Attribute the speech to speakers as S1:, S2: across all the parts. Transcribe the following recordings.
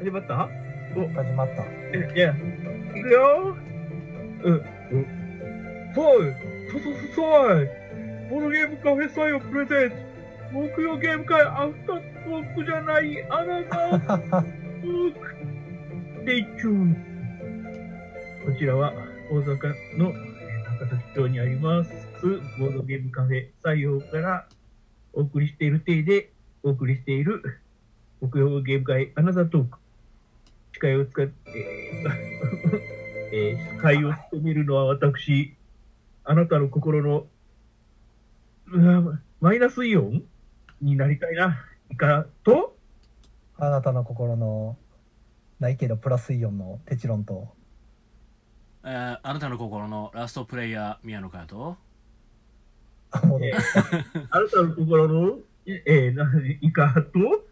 S1: 始まった
S2: 始まった。
S1: えいや、いくようん。うん。そうそうそうそうそうボードゲームカフェサイをプレゼンツ木曜ゲーム会アフタートークじゃないあなたをトークデイチューンこちらは大阪のえー中崎町にありますボードゲームカフェ採用からお送りしている体でお送りしている木曜ゲーム会アナザートーク司会を使って、 えーえー司会を務めるのは私あなたの心のうわマイナスイオンになりたいな。いかと
S2: あなたの心のないけどプラスイオンのテチロンと。
S3: えーあなたの心のラストプレイヤー宮野佳代と
S2: あも う
S1: えあなたの心の、ええー、な、いかと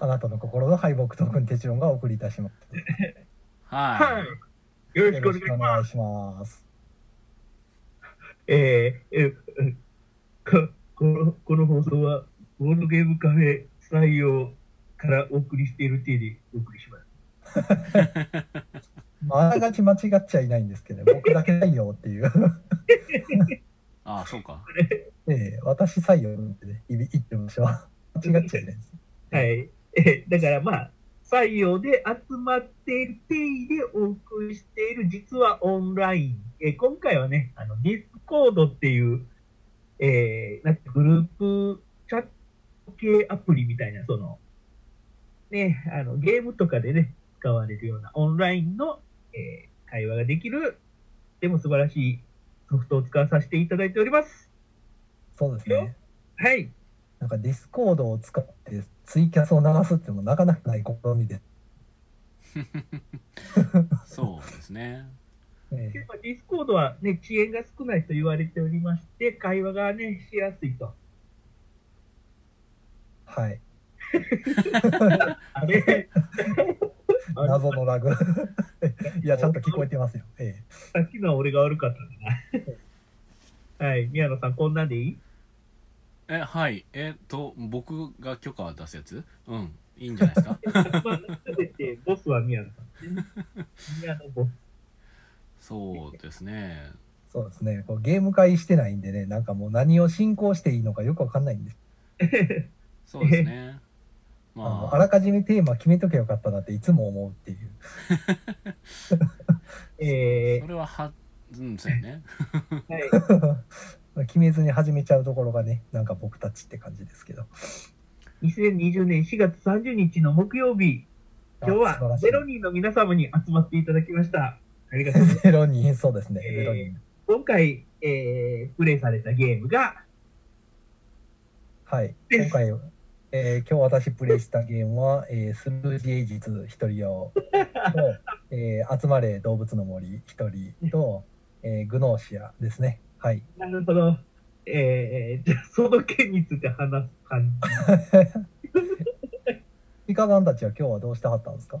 S2: あなたの心の敗北トークンテチロンがお送りいたします。
S3: は
S1: はい。よろしくお願いし
S2: よろしくお
S1: ます。
S2: 願いします。
S1: えー、えー、かこの、この放送は、ボードゲームカフェ採用からお送りしている手でお送りします。
S2: まああがき間違っちゃいないんですけど、僕だけ採用っていう。
S3: いああそうか
S2: ええ私採用ってね、いび言ってましょう。間違っちゃいないです。
S1: はい。えー だからまあ、採用で集まっている定位でお送りしている、実はオンライン。えー今回はね、あの、ディスコードっていう、えーなんてグループチャット系アプリみたいな、その、ね、あの、ゲームとかでね、使われるようなオンラインの、えー会話ができる、でも素晴らしいソフトを使わさせていただいております。
S2: そうですね。
S1: はい。
S2: なんかディスコードを使ってツイキャスを流すっていうのもなかなかない試みで。
S3: そうですね
S2: ええ
S1: やっぱディスコードはね、遅延が少ないと言われておりまして、会話がね、しやすいと。
S2: はい。
S1: あ れあの
S2: 謎のラグ。 いや、ちゃんと聞こえてますよ。ええ
S1: さっきのは俺が悪かったんだな。はい、宮野さん、こんなんでい い
S3: えはいえっと僕が許可を出すやつうんいいんじゃないですか
S1: まあ、すべてボスは宮野さんですね。宮野ボス。
S3: そうですね
S2: そうですね。こうゲーム会してないんでね、なんかもう何を進行していいのかよくわかんないんです。
S3: そうですね
S2: あ
S3: ま
S2: のあ
S3: あ
S2: らかじめテーマ決めとけばよかったなっていつも思うっていう。
S1: え
S3: それははうんそうやね
S1: ー、はい。
S2: 決めずに始めちゃうところがね、なんか僕たちって感じですけど。
S1: 2020年4月30日の木曜日、
S2: あ
S1: 今日
S2: 素晴
S1: は
S2: らしい
S1: ゼロ人の皆様に集まっていただきました。ありがとうございます。
S2: ゼロ人、そうですね。
S1: えー
S2: ゼロ人。
S1: 今回、えー、プレイされたゲームが、
S2: はい。
S1: です
S2: 今回、えー今日私プレイしたゲームは、えースルーゲージズ一人 用と、えー集まれ動物の森一人と、えーグノーシアですね。はい。
S1: なるほど。えー、じゃ あその件について話す感じ。
S2: いかがんたちは今日はどうしたかったんですか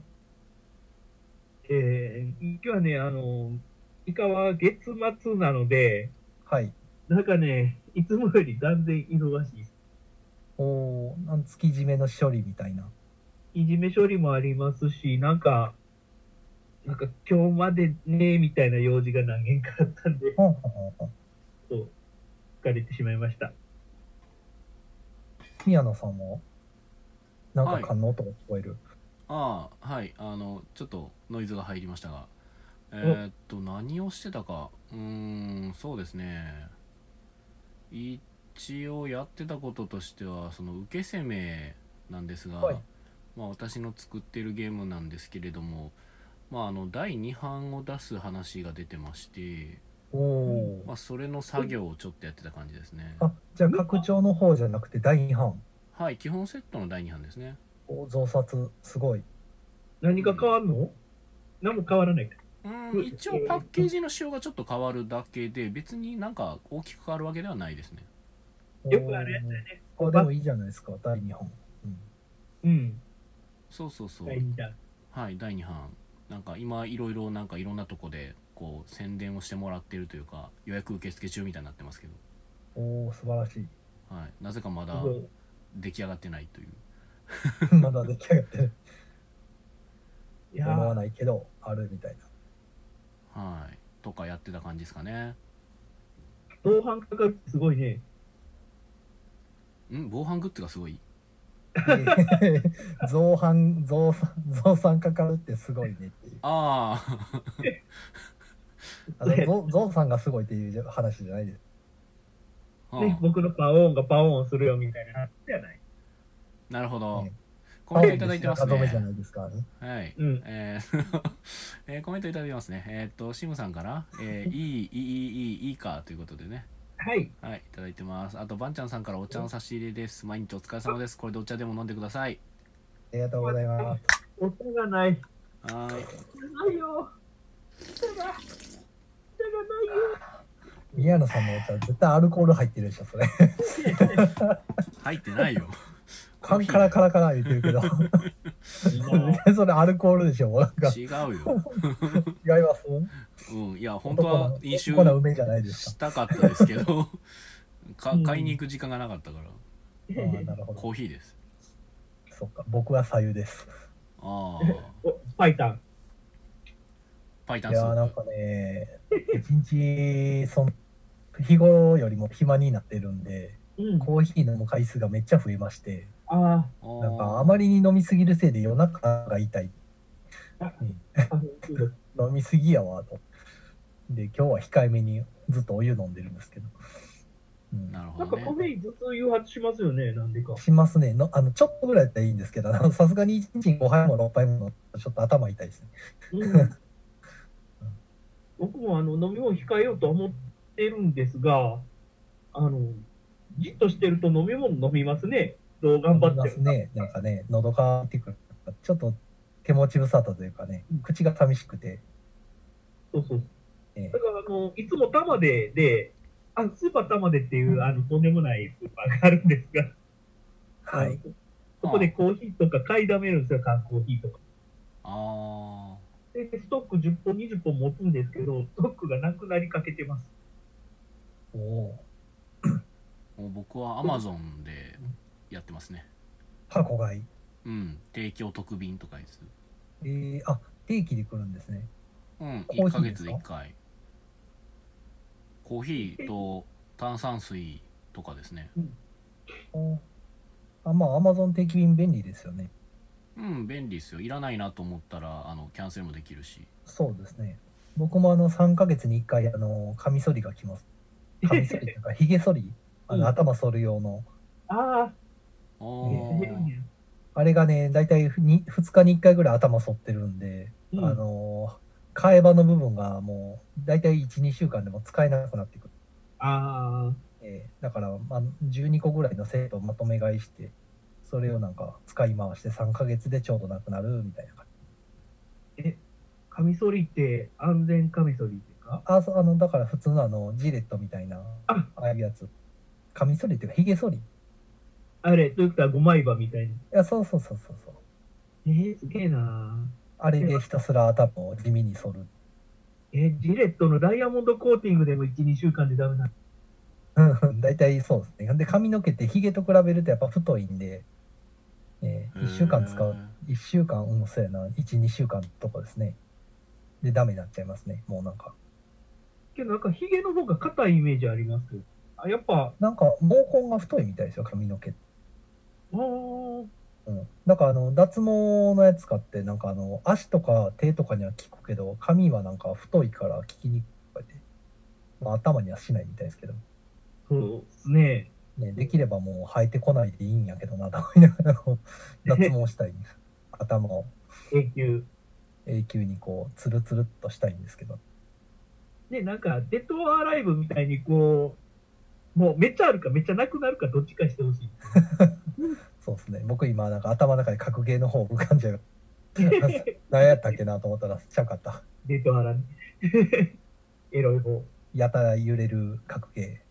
S1: えー、今日はね、あの、イカは月末なので、
S2: はい。
S1: なんかね、いつもより断然忙し
S2: おーなん月締めの処理みたいな。
S1: い。いじめ処理もありますし、なんか、なんか今日までね、みたいな用事が何件かあったんで、
S2: ほんほんほんほん
S1: そう、疲れてしまいました。
S2: 宮野さんも、なんか缶の音が聞こえる。
S3: ああはいあのちょっとノイズが入りましたがえーっと何をしてたかうーんそうですね一応やってたこととしてはその受け攻めなんですが、
S2: はい
S3: まあ、私の作ってるゲームなんですけれども、まあ、あの第2版を出す話が出てまして、
S2: お
S3: ま
S2: ー
S3: あ、それの作業をちょっとやってた感じですね
S2: あ、じゃあ拡張の方じゃなくて第2版。
S3: はい基本セットの第2版ですね
S2: お増刷、すごい。
S1: 何が変わるの何も変わらないか。
S3: うん一応パッケージの仕様がちょっと変わるだけで別になんか大きく変わるわけではないですね
S1: よくあるやつだよね。
S2: おーあ、でもいいじゃないですか、第2版。うん
S1: うん。
S3: そうそうそう
S1: 大事だ。
S3: はい第2版なんか今いろいろなんかいろんなとこでこう宣伝をしてもらってるというか予約受付中みたいになってますけど、
S2: おお素晴らしい。
S3: はい、なぜかまだ
S1: そう
S3: 出来上がってないという
S2: まだ出来上がってる。
S1: いやー
S2: 思わないけどあるみたいな
S3: はいとかやってた感じですかね
S1: 同伴感覚すごいね。
S3: ん防犯グッズがすごい
S2: で造反造産造産かかるってすごいねっていう
S3: あ あ
S2: あのゾゾウさんがすごいっていう話じゃないです
S3: うん
S1: ね、僕のパオーンがパオーンするよみたいな話じゃない。
S3: なるほど、
S2: ね
S3: コメントいただいてます
S2: 歯止めじゃ
S3: ね
S2: ないですからね
S3: はい
S1: うん。
S3: えー えーコメントいただいてますね。えーっと、シムさんから、え ーいい、いい、いい、いいかということでね。
S1: はい。
S3: はい、いただいてます。あと、バンちゃんさんからお茶の差し入れです。毎日お疲れ様です。これでお茶でも飲んでください。
S2: ありがとうございます
S1: 音がない。
S3: はーい。
S1: ないよ。音が、音がないよ。
S2: 宮野さんのお茶絶対アルコール入ってるでしょそ れ
S3: 入ってない よ。
S2: カンカラカラカラ言ってるけど それアルコールでしょもうなんか違
S3: 違うよ。
S2: います
S3: うん、いや、本当は飲酒
S2: 男の梅じゃない です
S3: したかったですけ ど、か
S1: うん
S3: 買いに行く時間がなかったから、
S2: かああなるほ
S3: コ
S2: ど
S3: ーヒーです。
S2: そっか僕は左右です
S3: あ あ、
S1: お、パイタン。
S3: パイタ
S2: い
S3: ンス
S2: やーな
S3: ー
S2: ん
S3: プ。
S2: かね、一日そん日頃よりも暇になってるんで、
S1: うん。
S2: コーヒー飲む回数がめっちゃ増えまして、
S1: あ
S2: なんかあ
S3: あ
S2: まりに飲みすぎるせいで夜中が痛い、
S1: あ、あのそうだ
S2: 飲みすぎやわと。で、今日は控えめにずっとお湯飲んでるんですけど。うん
S3: ー、なるほ
S1: なんか
S3: ど
S1: カフ
S3: ね。
S1: ェインずっと誘発しますよね、なんでか。
S2: しますねのあの。ちょっとぐらいだったらいいんですけど、あのさすがに1日5杯も6杯もちょっと頭痛いですね。
S1: うん、僕もあの飲み物控えようと思ってるんですが、あの、じっとしてると飲み物飲みますね。どう頑張
S2: 思
S1: って
S2: います
S1: も。
S2: ね。なんかね、喉乾いてくる。ちょっと手持ち無沙汰というかね、口が寂しくて。
S1: そうそう。
S2: ええ
S1: だからあの、いつも玉で、で、あ、スーパー玉でっていう、あの、とんでもないスーパーがあるんですが、
S2: は
S1: あの
S2: い。。
S1: そこでコーヒーとか買いだめるんですよ、缶コーヒーとか。
S3: ああ。
S1: で、ストック10本、20本持つんですけど、ストックがなくなりかけてます。
S2: おお。
S3: もう僕はアマゾンでやってますね。
S2: 箱買い。
S3: うん、提供特便とかです。
S2: えー、あ、定期で来るんですね。
S3: うん、
S2: コーヒー
S3: 1ヶ月で
S2: です
S3: 1回。コーヒーと炭酸水とかですね。
S2: おーあ、まあ、アマゾン定期便便利ですよね。
S3: うん、便利ですよ。いらないなと思ったら、あの、キャンセルもできるし。
S2: そうですね。僕もあの3ヶ月に1回あのカミソリが 来ます。カミソリというかヒゲ剃り、あ
S1: うん
S2: の頭剃る用の、
S1: ああ、
S3: あ
S1: え
S3: ー
S2: あれがね、だいたい 2, 日に1回ぐらい頭剃ってるんで、
S1: えうん
S2: あの替え刃の部分がもうだいたい1、2週間でも使えなくなってくる。
S1: ああ、
S2: えーだから、まあ、12個ぐらいのセットをまとめ買いして、それをなんか使い回して3ヶ月でちょうどなくなるみたいな感じ。
S1: カミソリって安全カミソリですか
S2: あ、そう、あの、だから普通のあの、ジレットみたいな、
S1: あ
S2: ああいうやつ。カミソリっていうか、ヒゲ剃り。い
S1: あれ、というか5枚刃みたいな。
S2: や、そうそうそうそうそう。
S1: えー、すげえな
S2: あれでひたすら頭を地味に剃る。
S1: ーえージレットのダイヤモンドコーティングでも1、2週間でダメなの
S2: うん大体そうですね。で、髪の毛ってヒゲと比べるとやっぱ太いんで、えー、1週間使う。1週間、うん、そうやな。1、2週間とかですね。で、ダメになっちゃいますね。もうなんか。
S1: けどなんかヒゲの方が硬いイメージありますけど。あ、やっぱ、
S2: なんか毛根が太いみたいですよ、髪の毛。
S1: あー
S2: うん。なんかあの、脱毛のやつ買って、なんかあの、足とか手とかには効くけど、髪はなんか太いから効きにくくて、まあ、頭にはしないみたいですけど、
S1: そうですね。
S2: ね、できればもう生えてこないでいいんやけどな、と思いながら、こう脱毛したい。頭を
S1: 永久。
S2: 永久にこう、ツルツルっとしたいんですけど。
S1: ね、なんか、デッドアライブみたいにこう、もうめっちゃあるかめっちゃなくなるかどっちかしてほしい。
S2: そうですね。僕今なんか頭の中で格ゲーの方を浮かんじゃう。何やったっけなと思ったら、ちゃうかった。
S1: デッドアラね。 エロい方。
S2: やたら揺れる格ゲ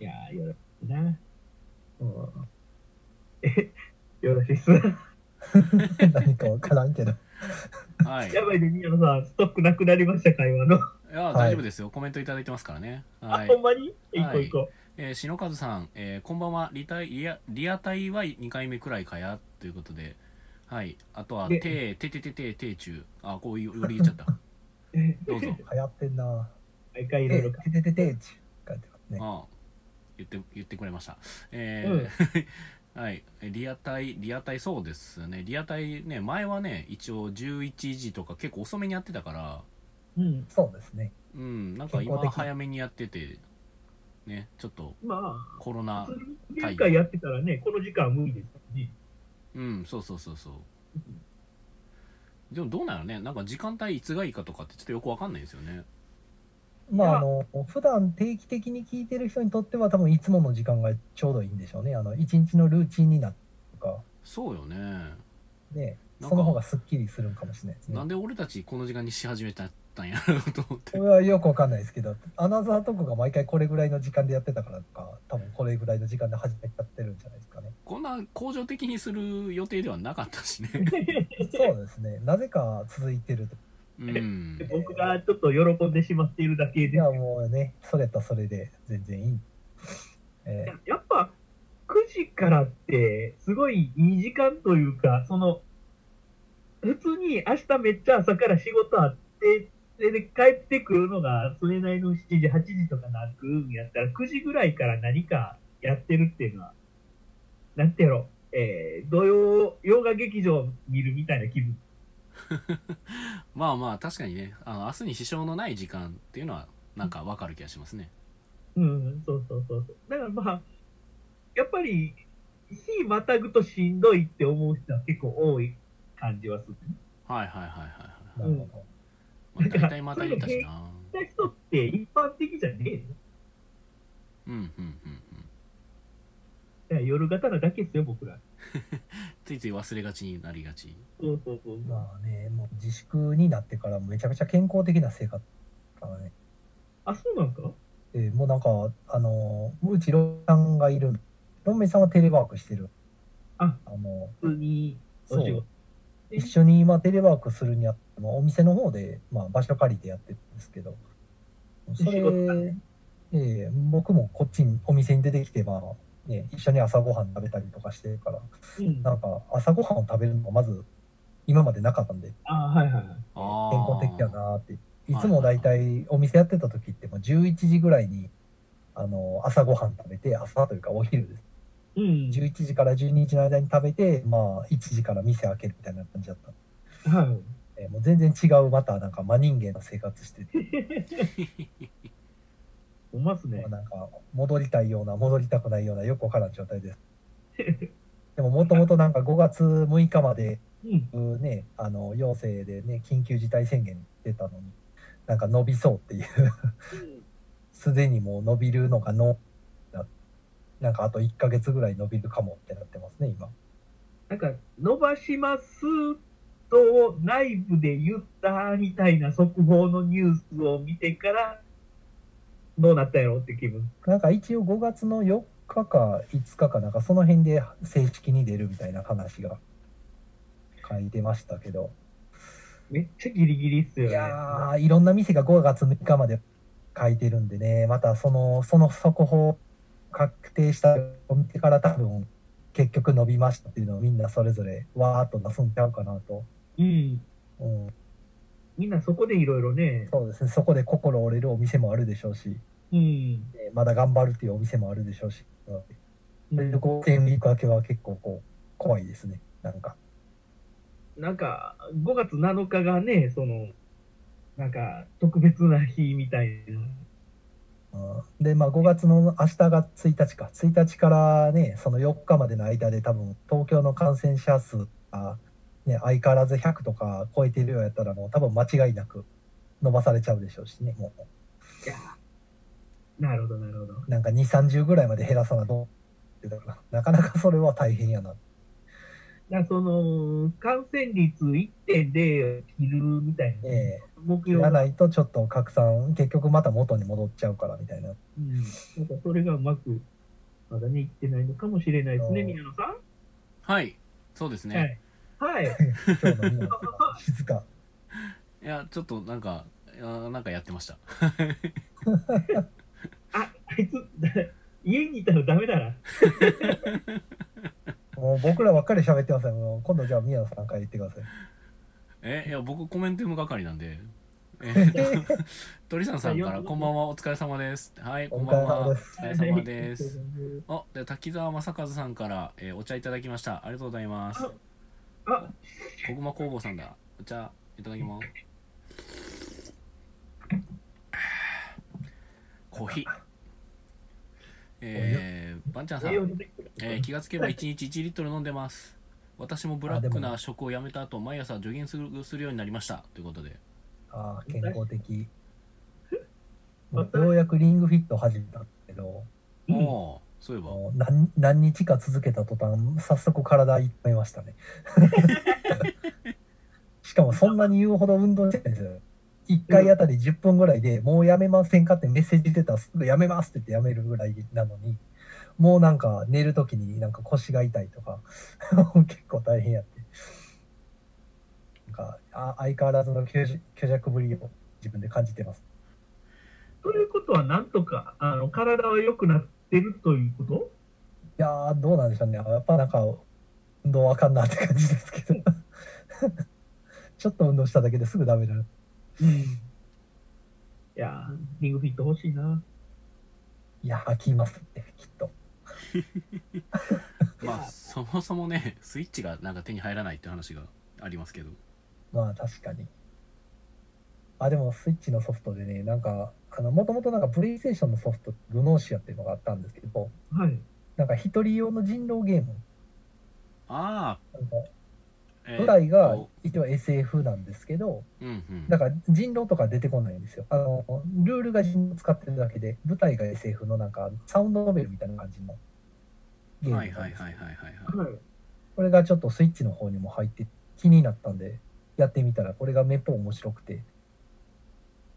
S1: いやー、よろしいな。
S2: ー。うん
S1: よろしいっすな。
S2: 何か分からんけど。
S3: はい。い
S1: やばいね、宮野さん、ストックなくなりました、会話の。
S3: や、大丈夫ですよ。コメントいただいてますからね。は
S1: あ、
S3: い
S1: ほ。んまに一
S3: は
S1: 個
S3: い
S1: 一個。
S3: えー、篠和さん、えーこんばんはリタイリアリアタイは2回目くらいかやということではいあとは「
S1: で
S3: て」「ててててて中」あこういう売り 言っちゃったどうぞ
S2: 流行ってんな。
S1: 毎回い
S2: え
S1: ろいろ
S2: ててててち書いてますね。
S3: ああ言って言ってくれましたえー はいリアタイリアタイそうですねリアタイね前はね一応11時とか結構遅めにやってたから
S1: うん
S2: そうですね。
S3: うんなんか
S2: 健
S3: 今
S2: 康的
S3: 早めにやっててねちょっと
S1: ま
S3: コロ
S1: あ
S3: ナ
S1: 普通に限界やってたらねこの時間は無理ですよ ね
S3: うんそうそうそうそうでもどうなのねなんか時間帯いつがいいかとかってちょっとよくわかんないですよね
S2: ま
S1: いや
S2: あ、あの普段定期的に聞いてる人にとっては多分いつもの時間がちょうどいいんでしょうね。あの一日のルーチンになるとか
S3: そうよね
S2: で、
S3: なん
S2: そ
S3: か
S2: の方がすっきりするんかもしれないです
S3: な
S2: ね
S3: ん。で俺たちこの時間にし始めたったんやろうと思って
S2: これはよくわかんないですけど、アナザートークが毎回これぐらいの時間でやってたからとか、多分これぐらいの時間で始めちゃってるんじゃないですかね。
S3: こんな向上的にする予定ではなかったしね
S2: そうですね。なぜか続いてると。
S3: うん
S1: 僕がちょっと喜んでしまっているだけ
S2: い
S1: で
S2: や、もうね、それとそれで全然いい。えー
S1: やっぱ9時からってすごいいい時間というかその普通に明日めっちゃ朝から仕事あってそれで帰ってくるのがそれなりの7時8時とかなくんやったら9時ぐらいから何かやってるっていうのはなんてやろえー、土曜洋画劇場見るみたいな気分
S3: まあまあ確かにねあの明日に支障のない時間っていうのはなんかわかる気がしますね
S1: うん、そうそうそうそう。だからまあ、やっぱり、日またぐとしんどいって思う人は結構多い感じはする。
S3: はいはいはいはい
S2: なるほど。
S3: はい、まあ、大体また言ったしな
S1: そういう人って一般的じゃねえの
S3: うんうんうんう
S1: だ
S3: ん
S1: から夜型なだけですよ、僕ら。
S3: ついつい忘れがちになりがち
S1: そうそうそう。
S2: まあね、もう自粛になってからめちゃめちゃ健康的な生活からね、
S1: あ、そうなんか
S2: えーもうなんか、あのーうちロンメイさんがいる、ロンメイさんはテレワークしてる。
S1: あ
S2: の
S1: 普通にお
S2: そ
S1: 仕
S2: う
S1: 事。
S2: 一緒に今テレワークするにあっても、お店の方で、まあ、場所借りてやってるんですけど、そ
S1: 仕
S2: れ
S1: 事、
S2: えー僕もこっちにお店に出てきて、まあね、一緒に朝ごはん食べたりとかしてるから、
S1: うん。
S2: な
S1: あ
S2: んか朝ごはんを食べるのがまず今までなかったんで、
S1: はいはいはい。
S3: あ
S2: 健
S3: ー
S2: 康的やなーっていつも大体お店やってた時ってもう11時ぐらいにあの朝ごはん食べて朝というかお昼です
S1: うん。
S2: 11時から12時の間に食べてまあ1時から店開けるみたいな感じだったん
S1: はい。
S2: で、もう全然違うまたなんか真人間の生活してて、
S1: おますね
S2: まあ。なんか戻りたいような戻りたくないようなよくわからん状態ですでももともとなんか5月6日まで
S1: うん。
S2: うんねあの要請でね緊急事態宣言出たのになんか伸びそうっていうすでにもう伸びるのがのななんかあと1ヶ月ぐらい伸びるかもってなってますね今
S1: なんか、伸ばしますと内部で言ったみたいな速報のニュースを見てから、どうなったやろうって気分。
S2: なんか一応5月の4日か5日かなんかその辺で正式に出るみたいな話が書いてましたけど
S1: めっちゃギリギリっす
S2: い
S1: よね。
S2: やーいろんな店が5月6日まで書いてるんでねまたそのその速報確定したのを見てから多分結局伸びましたっていうのをみんなそれぞれわーっと出すんちゃうかなと、
S1: うん。
S2: うん、
S1: みんなそこでいろいろね。
S2: そうですね、そこで心折れるお店もあるでしょうし、
S1: うん。
S2: えーまだ頑張るっていうお店もあるでしょうし、うん、旅行券行くわけは結構こう怖いですね、なんか。
S1: なんか、5月7日がね、その、なんか、特別な日みたいな。
S2: うんで、まあ、5月の明日が1日か、1日からね、その4日までの間で、多分東京の感染者数が、ね、相変わらず100とか超えてるようやったら、もう多分間違いなく伸ばされちゃうでしょうしね、も
S1: なるほど、なるほど。
S2: うなんか2、30ぐらいまで減らさなどうって、だから、なかなかそれは大変やな。
S1: だからその、感染率1.0を切るみたいな。
S2: えー
S1: 目標
S2: や
S1: が
S2: らないとちょっと拡散結局また元に戻っちゃうからみたいな
S1: うん、なんかそれがうまく、まだね、いってないのかもしれないですね、
S2: うん
S1: 宮野さ
S3: はいそうです
S1: ん。
S3: ね、い、
S1: はい。はい。
S2: 今日のみんな静か
S3: やちょっとなんかあーなんかやってました
S1: あ、あいつ、家にいたらダメだな。
S2: もう僕らばっかり喋ってますね。もう今度じゃあ宮野さんから言ってください。
S3: えいや僕コメンテム係なんでえーっと 鳥さんさんか
S1: あ
S3: ら「
S1: よ
S3: こんばんはお疲れ様です」はいこ
S2: お
S3: ん
S2: 疲
S3: ばん
S2: れ
S3: は
S2: 様
S3: お
S2: です。
S3: 疲れ様ですあで滝沢正和さんから、えーお茶いただきましたありがとうございます
S1: あ あ
S3: 小熊工房さんだお茶いただきますコーヒーえー、ばんちゃんさん
S1: 栄養出てくる
S3: えー気がつけば1日1リットル飲んでます私もブラックな食をやめた後毎朝ジョギングするようになりましたということで
S2: ああ、健康的。もうようやくリングフィット始めたんですけど、
S1: うん
S3: おおそういえば
S2: もう何何日か続けた途端、早速体痛めました ね。しかもそんなに言うほど運動してないんですよ。1回あたり10分ぐらいでもうやめませんかってメッセージ出たらすぐやめますって言ってやめるぐらいなのに、もうなんか寝るときになんか腰が痛いとか、 結構大変やって。なんかあ相変わらずの虚弱虚弱ぶりを自分で感じてます。
S1: ということはなんとかあの体は良くなってるということ
S2: いやー、どうなんでしょうね。やっぱなんか、運動あかんなって感じですけど。 ちょっと運動しただけですぐダメだな。
S1: うんいやーリングフィット欲しいない
S2: やー、きますって、きっと。
S3: まあそもそもねスイッチがなんか手に入らないって話がありますけど
S2: まあ、確かに。あ、でも、スイッチのソフトでね、なんか、あの、もともとなんか、プレイステーションのソフト、グノーシアっていうのがあったんですけど、
S1: はい
S2: なんか、一人用の人狼ゲーム。
S3: ああ
S2: なんか、
S3: えー
S2: 舞台が一応 SF なんですけど、
S3: うんうん
S2: だから人狼とか出てこないんですよ。あのルールが人狼使ってるだけで、舞台が SF のなんかサウンドノベルみたいな感じのゲームな
S3: は
S2: ん
S3: い
S2: です
S3: はいはいはいはいはい
S1: はい
S2: これがちょっとスイッチの方にも入って気になったんで、やってみたらこれがめっぽう面白くて、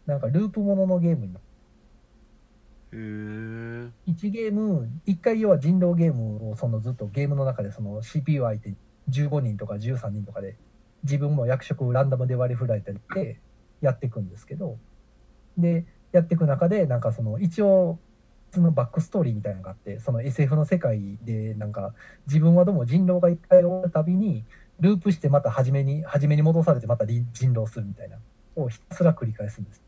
S2: なんかループもののゲームに、
S3: へー
S2: 1ゲーム、1回要は人狼ゲームをそのずっとゲームの中でその CPU 相手に15人とか13人とかで自分も役職をランダムで割り振られたりってやっていくんですけど、で、やっていく中で、なんかその一応、そのバックストーリーみたいなのがあって、その SF の世界で、なんか自分はどうも人狼が一回終わるたびに、ループしてまた初めに、初めに戻されてまた人狼するみたいな、をひたすら繰り返すんです。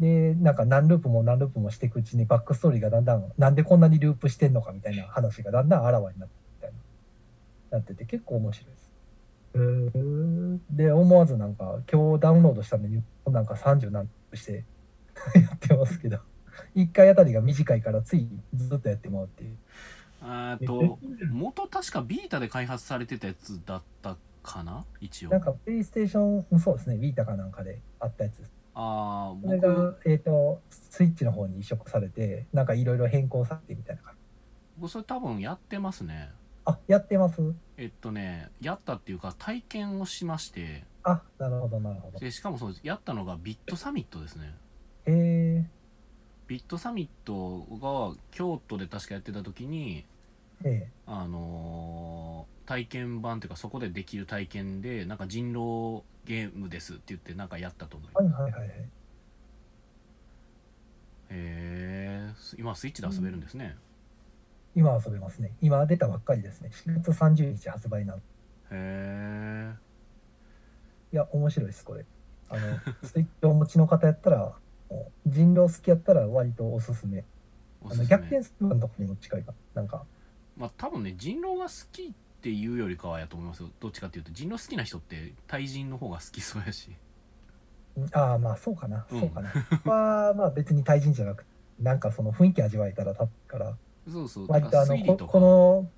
S2: で、なんか何ループも何ループもしていくうちにバックストーリーがだんだん、なんでこんなにループしてんのかみたいな話がだんだんあらわになってみたいな、なってて結構面白いです。
S1: へー
S2: で、思わずなんか今日ダウンロードしたのになんか30何ループして やってますけど、1回あたりが短いからついずっとやってもらうっていう。
S3: あーと元確かビータで開発されてたやつだったかな一応
S2: なんかプレイステーション、そうですね、Vita かなんかであったやつです。
S3: ああ
S2: それ
S3: 僕
S2: が、えっ、と、スイッチの方に移植されて、なんかいろいろ変更されてみたいな感じ。
S3: 僕それ多分やってますね
S2: あ、やってます
S3: えっとねやったっていうか体験をしまして
S2: あ、なるほど、なるほど。へ
S3: でしかもそのやったのがビットサミットですね
S2: え。
S3: ビットサミットが京都で確かやってた時に
S2: え
S3: あのー体験版っていうかそこでできる体験でなんか人狼ゲームですって言ってなんかやったと思う
S2: え、はいはいはいはい。
S3: へえ今スイッチで遊べるんですね、
S2: 今遊べますね。今出たばっかりですね。4月30日発売なんで
S3: へえ
S2: いや、面白いです、これ。 あの、スイッチをお持ちの方やったら、もう人狼好きやったら割とおすすめ。
S3: お
S2: あ
S3: す
S2: の
S3: す
S2: 逆
S3: め
S2: 転するのとかにも近いかな。なんか、
S3: まあ多分ね人狼が好きっていうよりかはやと思いますよどっちかっていうと人狼好きな人って対人の方が好きそうやし
S2: うんああ、まあそうかな、
S3: うん
S2: そうかな。は、まあ別に対人じゃなくて、なんかその雰囲気味わえたら多分から、
S3: そうそう
S2: 割
S3: だ
S2: と
S3: か
S2: あ
S3: ら
S2: の、
S3: 推理
S2: こと
S3: か
S2: この、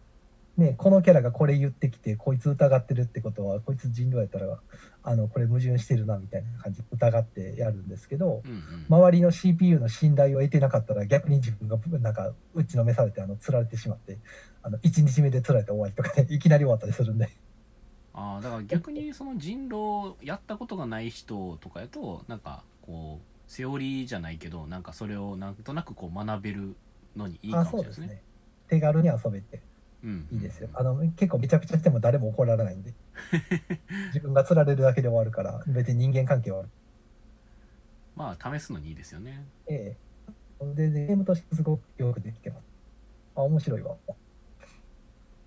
S2: ね、このキャラがこれ言ってきて、こいつ疑ってるってことは、こいつ人狼やったら、あの、これ矛盾してるな、みたいな感じで疑ってやるんですけど、
S3: うんうん
S2: 周りの CPU の信頼を得てなかったら逆に自分がなんか打ちのめされてあの釣られてしまってあの1日目で釣られて終わりとかね いきなり終わったりするんで
S3: ああだから逆にその人狼やったことがない人とかやとなんかこうセオリーじゃないけどなんかそれをなんとなくこう学べるのにいいか
S2: あ
S3: も
S2: そ
S3: しれな
S2: う
S3: いで
S2: ですす
S3: ね。
S2: ね手軽に遊べて
S3: うん
S2: いいですよ
S3: うん
S2: あの結構めちゃくちゃしても誰も怒られない んで自分が釣られるだけで終わるから別に人間関係はある
S3: まあ試すのにいいですよね。
S2: ええででゲームとしてすごくよくできてますあ面白いわ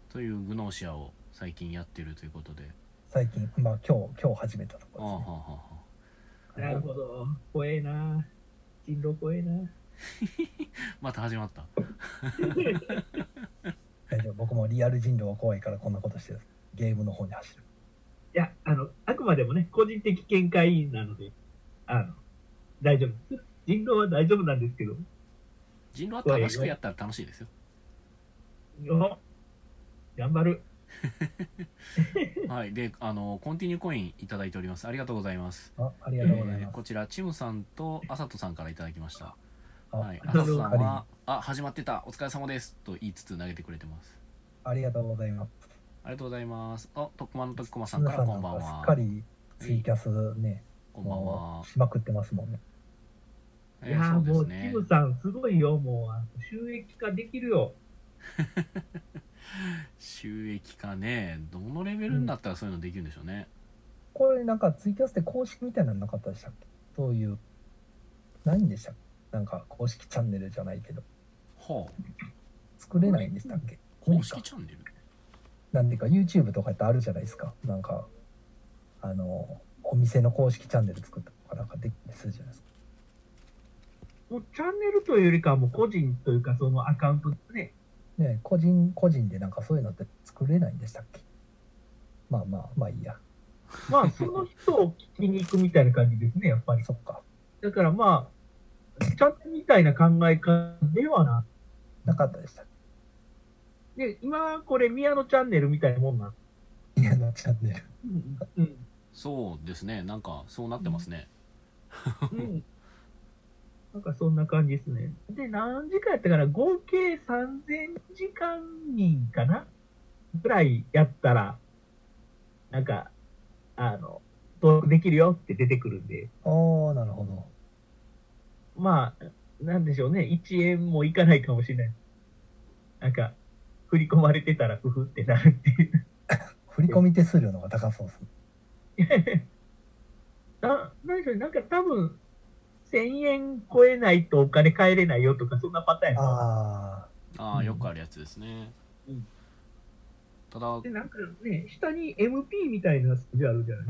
S3: というグノーシアを最近やってるということで。
S2: 最近、まあ今日、今日始めたと
S3: あーはー
S2: こ
S3: はーは
S1: な
S2: ろ
S1: る
S2: です
S1: ほ
S2: ね。
S1: ど。怖えな。人狼怖えな。
S3: ーまた始まった。
S2: 大丈夫、僕もリアル人狼は怖いからこんなことしてるゲームの方に走る。
S1: いや、あの、あくまでもね、個人的見解なので、あの、大丈夫です。人狼は大丈夫なんですけど、
S3: 人狼は楽しくやったら楽しいですよ。
S1: よ頑張る。
S3: はい。で、あの、コンティニューコインいただいております。ありがとうございます。
S2: あありがとうござい
S3: え
S2: ま
S3: ー
S2: す。
S3: こちら、チムさんとあさとさんからいただきました。
S2: あ
S3: は
S1: り
S3: い。あ
S1: が
S3: さ
S1: とう
S3: と
S1: ご
S3: さ
S1: ざい
S2: ま
S3: ん
S2: す
S3: は、あ、始まってた、お疲れ様です。と言いつつ投げてくれてます。
S2: ありがとうございます。
S3: ありがとうございます。あ、とっくまのとっくまさん
S2: 皆
S3: から
S2: さん
S3: こ
S2: なんん
S3: ばん
S2: か
S3: は
S2: すっ。かりツイキャスね、
S3: こんばんは
S2: もう。しまくってますもんね。
S1: い
S3: え
S1: や
S3: ー、
S1: ー
S3: そうで
S1: も
S3: す
S1: う、キ
S3: ね。
S1: ムさん、すごいよ、もうあの、収益化できるよ。
S3: 収益化ね、どのレベルになったらそういうのできるんでしょうね。
S2: これなんかツイキャスって公式みたいなのなかったでしたっけそういう、ないんでしたっけなんか公式チャンネルじゃないけど、
S3: はあ、
S2: 作れないんでしたっけ
S3: 公式チャンネル
S2: なんていうか YouTube とかってあるじゃないですか。なんか、あの、お店の公式チャンネル作ったとかなんかできたりするじゃないですか。
S1: もう、チャンネルというよりかは、もう個人というか、そのアカウントですね。
S2: ね個人、個人でなんかそういうのって作れないんでしたっけまあまあ、まあいいや。
S1: まあ、その人を聞きに行くみたいな感じですね、やっぱり。
S2: そっか。
S1: だからまあ、チャンネルみたいな考え方ではな
S2: なかったでしたっ
S1: い。で、今、これ、宮野チャンネルみたいなもんなんで
S2: け嫌なチャンネル。
S1: す。うんうん
S3: そうですね、なんかそうなってますね。
S1: うんなんかそんな感じですね。で、何時間やったかな合計3000時間人かなぐらいやったら、なんか、あの、登録できるよって出てくるんで、
S2: ああ、なるほど。
S1: まあ、なんでしょうね。1円もいかないかもしれない。なんか、振り込まれてたら、ふふってなるっていう。
S2: 振り込み手数料の方が高そうです。
S1: な、なんでしょうね。なんか多分、1000円超えないとお金返れないよとか、そんなパターンやな
S2: ああ、
S3: あ
S1: う
S3: あ、
S1: ん
S3: よくあるやつですね。
S1: うん
S3: ただ、
S1: で、なんかね、下に MP みたいな数字あるじゃない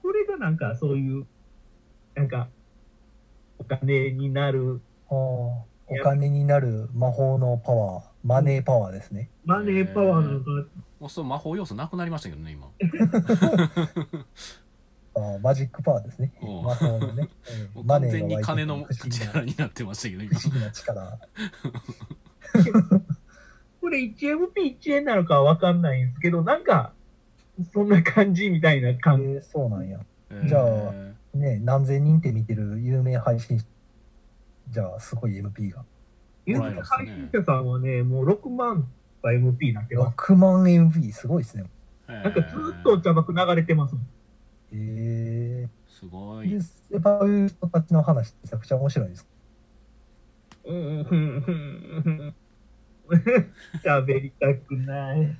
S1: これがなんかそういう、なんか、お金になる、
S2: あーお金になる魔法のパワー、マネーパワーですね。
S1: マネーパワーなのかな
S3: もうその魔法要素なくなりましたけどね、今。
S2: あーマジックパワーですね。
S3: うん
S2: 魔法のね。う
S3: もうん
S2: マ
S3: 完
S2: ネー
S3: 全に金の
S2: が湧いてくる
S3: 力になってましたけど、今
S2: 不。思議な力。
S1: これ 1MP1 円なのかはわかんないんですけど、なんか、そんな感じみたいな
S2: え
S1: 感
S2: ーそうなんや。
S3: え
S2: じゃあ
S3: ー
S2: ね何千人って見てる有名配信者。じゃあ、すごい MP が。
S1: じ。
S3: もらえます
S1: 配
S3: ね
S1: 信者さんはね、もう6万が MP になってます。
S2: 6万 MP、すごいですね。
S3: え
S1: なんかず
S3: ー
S1: っとお茶爆流れてますもん。
S2: えー。
S3: すごい
S2: で、。そういう人たちの話、めちゃくちゃ面白いです。
S1: うんうんうんうん。喋りたくない。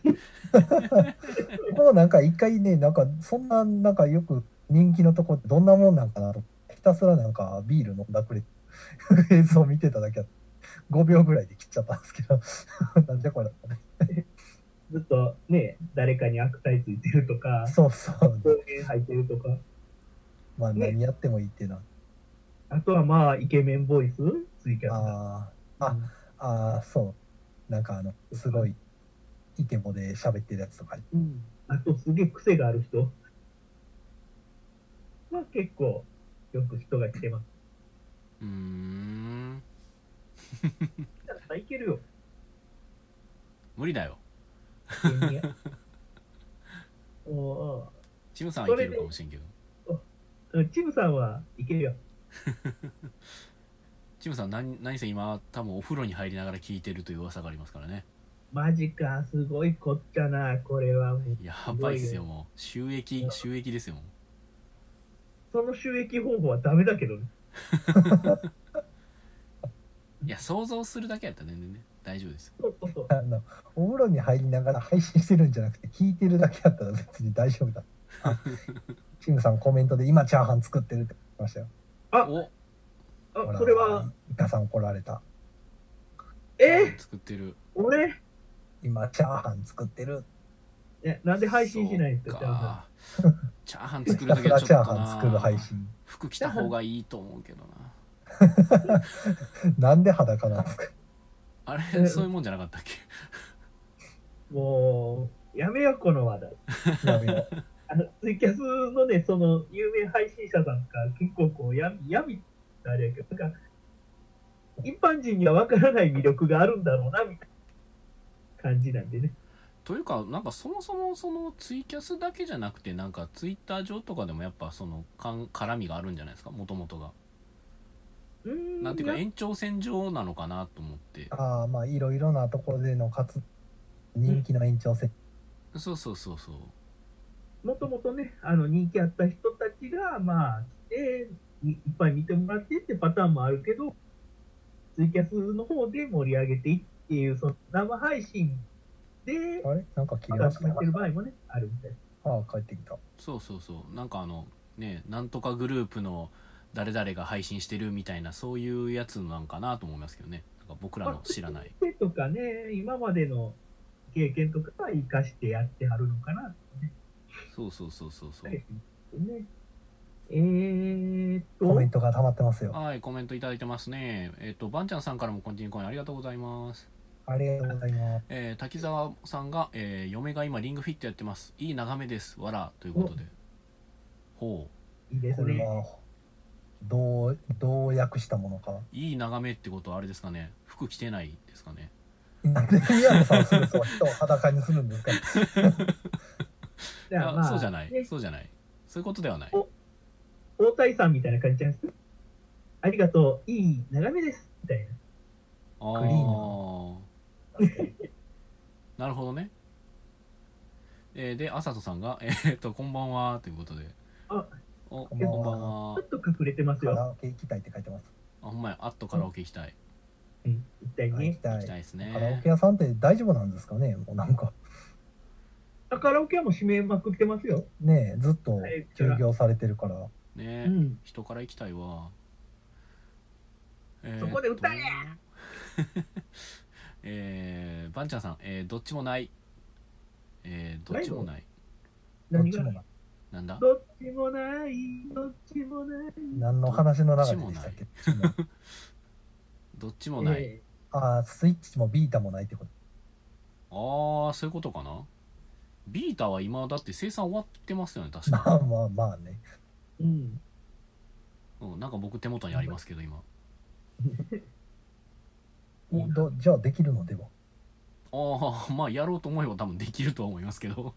S2: もうなんか一回ね、なんかそんな、なんかよく人気のとこってどんなもんなんかなと、ひたすらなんかビール飲んだくれ、 映像見てただけだった5秒ぐらいで切っちゃったんですけど、 なんでこれ。
S1: ずっとね、誰かに悪態ついてるとか、
S2: そうそう。
S1: 方言入ってるとか、
S2: まあ
S1: ね
S2: 何やってもいいっていうのは。
S1: あとはまあ、イケメンボイス、ツイキャスだ。
S2: ああ、ああー、そう。なんかあの、すごい、イケボで喋ってるやつとか。
S1: うん。あと、すげえ癖がある人。まあ、結構、よく人が来てます。
S3: うーん。
S1: だからいける よ。
S3: 無理だよ。
S1: 人間お
S3: チムさんはいけるかもしれんけど。
S1: うおうチムさんはいけるよ。
S3: チムさん何、何せ今、多分お風呂に入りながら聞いてるという噂がありますからね。
S1: マジか、すごいこっちゃな、これは。
S3: やばいっすよ、もう。収益、収益ですよ、もう。
S1: その収益方法はダメだけどね。
S3: いや、想像するだけやったら全然ね、大丈夫ですよ。
S1: そうそうそう。
S2: あの、お風呂に入りながら配信してるんじゃなくて、聞いてるだけだったら別に大丈夫だ。あチムさんコメントで今チャーハン作ってるって言ってましたよ。
S1: あ、
S3: お
S2: ほ
S1: あ、
S2: ら
S1: それは、、
S2: イカさん怒られた。
S1: えー
S3: 作ってる。
S1: 俺、
S2: 今、チャーハン作ってる。
S1: え、なんで配信しないんですか、チャーハン。
S3: そうかチャーハン作
S2: ひ
S3: る
S2: た
S3: と
S2: す
S3: きは
S2: ら
S3: ちょっ
S2: チ ャー
S3: と
S2: ハン
S3: な
S2: 作る配信。
S3: 服着た方がいいと思うけどな
S2: なんで裸なんですか
S3: あ
S1: え
S3: れそういうもんじゃなかったっけ
S1: もう、やめよう、この話題。
S2: やめよう
S1: あの、ツイキャスのね、その、有名配信者さんから結構こう、闇、闇ってあれやけど、なんか、一般人にはわからない魅力があるんだろうな、みたいな感じなんでね。
S3: というかなんかそもそもそのツイキャスだけじゃなくてなんかツイッター上とかでもやっぱそのかん絡みがあるんじゃないですかもともとが
S1: うーん。
S3: なんていうか
S1: や
S3: 延長線上なのかなと思って
S2: ああ、まあ、いろいろなところでの活、人気の延長線。
S3: そうそうそうそう
S1: もともとね、あの、人気あった人たちが、まあ、来て、いいっぱい見てもらってってパターンもあるけど、ツイキャスの方で盛り上げていっていう、その、生配信で、
S2: あれなんか切
S1: ま
S2: れ
S1: だ
S2: まし
S1: 決ま
S2: た
S1: ってる場合もね、あるみたいな。
S2: ああ、帰ってきた。
S3: そうそうそうなんかあのねなんとかグループの誰々が配信してるみたいなそういうやつなんかなと思いますけどねなんか僕らの知らない
S1: 手とかね、今までの経験とかは生かしてやってはるのかなってね
S3: そうそうそうそうそ
S1: 思
S3: う
S1: ったりするんですよね。えーっ
S2: コメン
S1: と、
S2: トが溜まってますよ。
S3: はいコメントいただいてますねえっ、とばんちゃんさんからもコンティニューコインありがとうございます
S2: ありがとうございます。
S3: えー滝沢さんが、えー嫁が今リングフィットやってますいい眺めですわらということでほう
S1: いいです
S2: これ
S1: ね。
S2: は、どう、どう訳したものか。
S3: いい眺めってことはあれですかね服着てないですかね
S2: なんで宮野さんすぐそう人を裸にするん ですか
S1: じ
S3: い
S1: ゃ
S3: や
S1: あまあ、
S3: そうじゃない、
S1: ね
S3: そうじゃないそういうことではない
S1: お大谷さんみたいな感じじゃないですか。ありがとう、いい眺めです。みたいな。
S3: あー
S2: グリーン
S3: なるほどね。えーで、あさとさんが、えーっと、こんばんはということで。
S1: あ
S3: おこ
S2: こ
S3: ん
S2: ん
S3: ば
S2: ば
S3: ん
S2: んは
S3: は
S1: ちょ。っと隠れてます
S2: カ
S1: よ。
S2: ラオケ行きたいって書いてます。
S3: あ、ほんまや、あっとカラオケ行きたい。
S1: うん一体
S2: あ行き
S1: ね。
S2: た
S3: 行きたい
S2: い。
S3: です
S2: カラオ
S3: ね
S2: ケ。屋さんって大丈夫なんですかねもうなんか、
S1: カラオケはもう閉めまくってますよ。
S2: ねえずっと休業されてるから。
S3: ね、
S1: うん。
S3: 人から行きたいわ。え
S1: そこで歌え
S3: えーっと えー、ばんちゃんさん、えー、どっちもない。えー、どっちもない。
S2: どっ
S1: 何
S2: ち
S1: が
S2: もない。
S3: なんだ
S1: どっちもない、どっちもない。
S2: 何の話の流れでしたっけどっちも
S3: どっちもない。
S1: え
S2: ああ、スイッチもビータもないってこと。
S3: ああ、そういうことかな。ビータは今だって生産終わってますよね、確
S2: ま
S3: か
S2: あまあまあね。
S1: ーうん。
S3: に。うん、なんか僕手元にありますけど、今。
S2: おどじゃあできるのでは
S3: ああ、まあやろうと思えば多分できるとは思いますけど。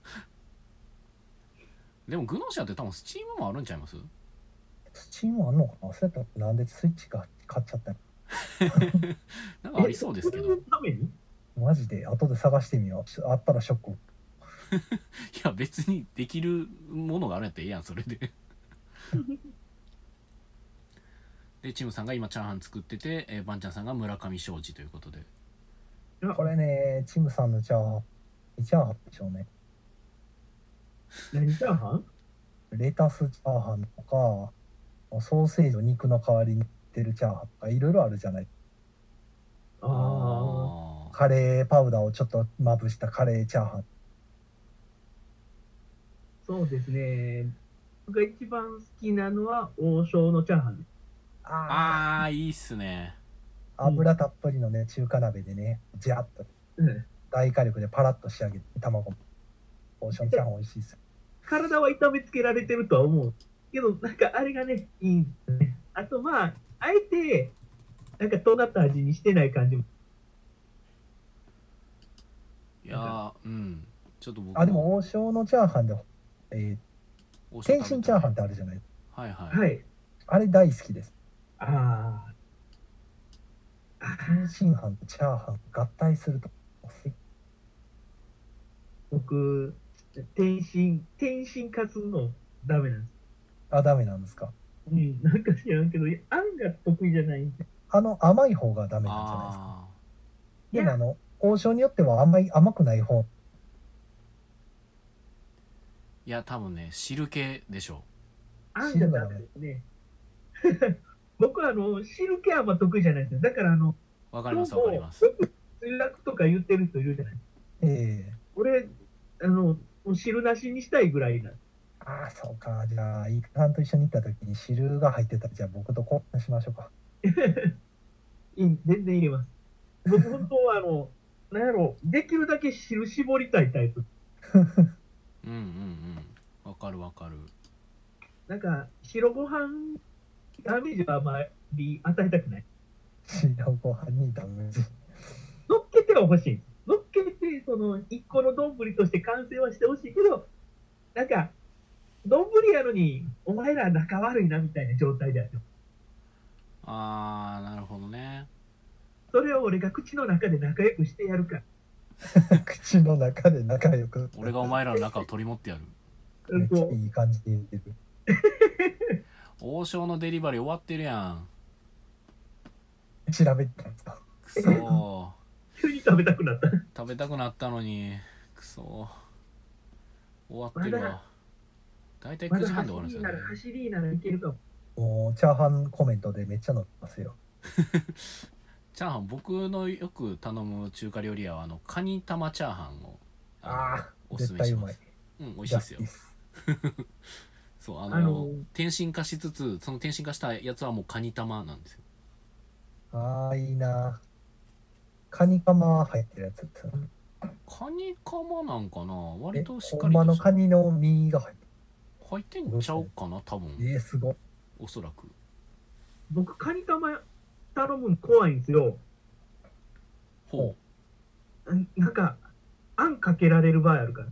S3: でも、グノシアって多分スチームもあるんちゃいます
S2: スチームあんのかなそうやったらなんでスイッチが買っちゃったの
S3: なんかありそうですけど。
S1: えそ
S3: い
S1: れのために
S2: マジで後で探してみよう。あったらショック。
S3: や、別にできるものがあるんやったらええやん、それで。で、チムさんが今チャーハン作ってて、えーバンちゃんさんが村上庄司ということで。
S2: これね、チムさんのチャーハン、チャーハンでしょうね。
S1: 何チャーハン
S2: レタスチャーハンとか、ソーセージを肉の代わりに売ってるチャーハンとか、いろいろあるじゃない。
S1: ああ。
S3: あー。
S2: カレーパウダーをちょっとまぶしたカレーチャーハン。
S1: そうですね。僕が一番好きなのは王将のチャーハンです。
S2: あ
S3: あー、いいっすね。
S2: あ、油たっぷりのね、中華鍋でね、ジャッと
S1: うん、
S2: 大火力でパラッと仕上げて、卵も。オーシャンチャーハン美味しいですよ。
S1: 体は痛めつけられてるとは思うけど、なんかあれがね、いいんですね。あとまあ、あえて、なんか尖った味にしてない感じも。
S3: いやー、うん。ちょっと僕
S2: あ、でも王将のチャーハンで、え
S3: 王
S2: ー、
S3: 将食べ
S2: 天
S3: たい
S2: 津チャーハンってあるじゃない。
S3: はいはい。
S1: はい。
S2: あれ大好きです。
S1: ああ。
S2: 天津飯とチャーハン合体すると、
S1: 僕、天津、天津カツのダメなんです。
S2: あ、ダメなんですか。
S1: うん、なんか知らんけど、あんが得意じゃないんで。
S2: あの甘い方がダメなんじゃないですか。
S3: あ
S2: でもあの王将によっては甘い甘くない方
S3: ーいや多分ね汁系でしょ
S1: あんがダメですね。僕はあの、汁気はあんま得意じゃないんですよ。だからあの、
S3: うわかりますわかります
S1: 墜落とか言ってる人いるじゃない。
S2: え
S1: 俺、あの、もう汁なしにしたいぐらいな。
S2: ー、ああ、そうか。じゃあ、イカさんと一緒に行った時に汁が入ってたら、じゃあ僕と交換しましょうか。
S1: いい全然入れます。僕、本当は、あの、なんやろ、できるだけ汁絞りたいタイプ。
S3: うんうんうんわかるわかる
S1: なんか、白ご飯、ダメージはあまり与えたくない。
S2: 白ご飯にダメージ。
S1: 乗っけては欲しい。乗っけて、その、一個の丼として完成はしてほしいけど、なんか、丼やのに、お前ら仲悪いなみたいな状態であって、
S3: あーなるほどね
S1: それを俺が口の中で仲良くしてやるから。
S2: 口の中で仲良く。
S3: 俺がお前らの中を取り持ってやる
S1: う
S2: め
S1: ん
S2: っちゃ
S1: と
S2: いい感じで言ってる。
S3: 王将のデリバリー終わってるやん
S2: 調べてたんですか。
S3: くそ
S1: 急に食べたくなった。
S3: ー食べたくなったのにくそー終わってる
S1: ま
S3: わ
S1: だ
S3: 大体
S1: ま
S3: 9
S1: だ
S3: 時半
S1: 走
S3: で終わるんで
S1: り
S3: す
S1: な
S3: よね
S1: ら走りならいけるかも。
S2: もう、チャーハンコメントでめっちゃ載ってますよ。
S3: チャーハン僕のよく頼む中華料理屋はあのカニ玉チャーハンをの
S2: あ
S3: おす
S2: 絶
S3: すめ
S2: 対
S3: し
S2: う
S3: ま
S2: まい
S3: す。うん美味しい
S2: ジャ
S3: です
S2: ス
S3: よ
S2: ティス。
S3: そうあの
S1: あの
S3: 転身化しつつその転身化したやつはもうカニ玉なんですよ
S2: ああ、いいな。カニカマ入ってるやつって。
S3: カニカマなんかな割
S2: え、
S3: としっ
S2: ほ
S3: か
S2: ん
S3: り
S2: ま
S3: と
S2: の
S3: し
S2: カ
S3: た
S2: ニの身が入って
S3: 入ってんちゃうかな多分
S2: る。えー、すごい。
S3: おそらく
S1: 僕、カニ玉頼むの怖いんですよ。
S3: ほう
S1: うんなんか、あんかけられる場合あるから。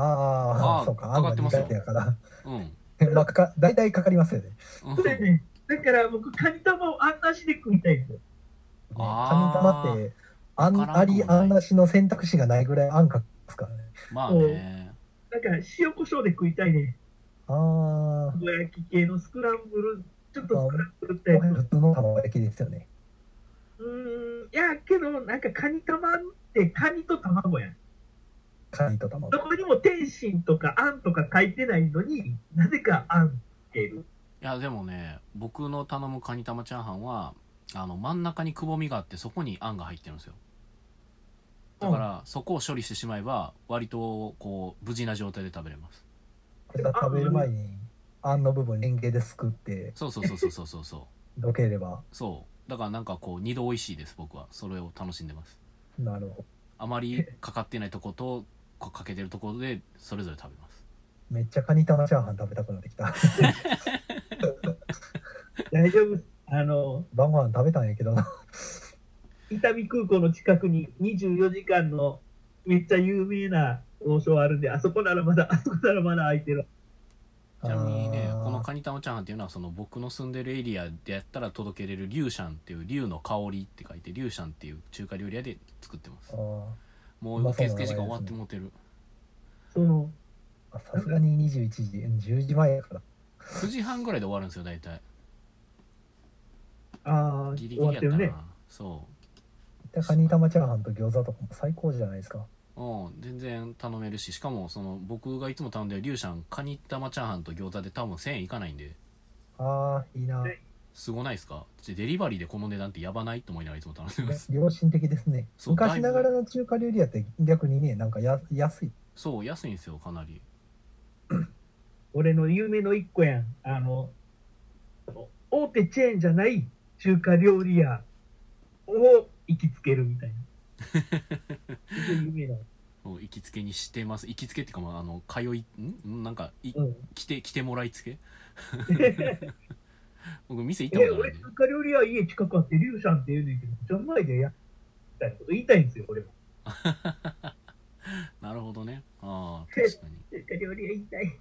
S2: あ
S3: あー
S2: あ、そうか。
S3: かかってますよ
S2: あんが苦手やから。
S3: うん
S2: まあ、かか大体かかりますよね。
S3: うん
S1: そうだよね。だから僕、カニ玉をあんなしで食いたいんですよ。
S3: あー
S2: カニ玉って、あ
S3: わか
S2: ん
S3: ら
S2: あ
S3: んくもない
S2: りあんなしの選択肢がないぐらいあんかですからね。
S3: まあね
S1: だから、塩コショウで食いたいね。
S2: あ
S1: 卵焼き系のスクランブル、ちょっとスクランブルって
S2: あ、普通の卵焼きですよね。
S1: うーん、いや、けど、なんかカニ玉ってカニと卵やん。
S2: カニと卵
S1: ど。こにも天津とかあんとか書いてないのになぜかあんってる。
S3: いやでもね僕の頼むカニ玉チャーハンはあの真ん中にくぼみがあってそこにあんが入ってるんですよだからそこを処理してしまえば割とこう無事な状態で食べれます
S2: これが食べる前に、あんの部分連携ですくって、
S3: そうそうそうそうそうそうそう
S2: どければ、
S3: そうだからなんかこう二度美味しいです僕はそれを楽しんでます
S2: なるほど。
S3: あまりかかってないとことこうかけてるところでそれぞれ食べます
S2: めっちゃカニ玉チャーハン食べたくなってきた。
S1: 大丈夫あの、
S2: 晩ご飯食べたんやけどな。
S1: 伊丹空港の近くに24時間のめっちゃ有名な王将あるんで、あそこならまだ、あそこならまだ空いてる。
S3: ちなみにね
S2: あー
S3: このカニ玉チャーハンっていうのはその僕の住んでるエリアでやったら届けれるリュウシャンっていうリュウの香りって書いてリュウシャンっていう中華料理屋で作ってます
S2: あ
S3: もう受付時間終わってもうてる
S1: その、
S2: ーあさすがに21時、10時前やから。
S3: 9時半ぐらいで終わるんですよ大体
S1: ああ、
S3: ギリ
S1: 終
S3: ギ
S1: わ
S3: リ
S1: っ
S3: やってた
S1: る
S3: な、
S1: ね。
S3: そ
S2: でカニ玉チャーハンと餃子とかも最高じゃないですか。
S3: ううん全然頼めるししかもその僕がいつも頼んでるリュウシャンカニ玉チャーハンと餃子で多分1000円いかないんで
S2: ああ、いいな。
S1: ね
S3: すごないですかちょデリバリーでこの値段ってやばないと思いながらいつも頼んで ます。
S2: 良心的ですね。
S3: そう
S2: 昔ながらの中華料理屋って逆にね、なんかや安い。
S3: そう、安いんですよ、かなり。
S1: 俺の夢の一個やん。あの、大手チェーンじゃない中華料理屋を行きつけるみたいな。すごい夢だ。
S3: そう行きつけにしてます。行きつけっていうか、まあ、あの、通い、んんなんか、い、
S1: うん。
S3: 来て、来てもらいつけ
S1: え、
S3: 僕、店行ったことない
S1: 俺、
S3: んで。
S1: 中華料理屋家近くあって、リュウシャンって言うねんけど、じゃ前でやみたいなこと言いたいんですよ、俺も。
S3: なるほどね。ああ、確かに。
S1: 中華料理屋言いたい。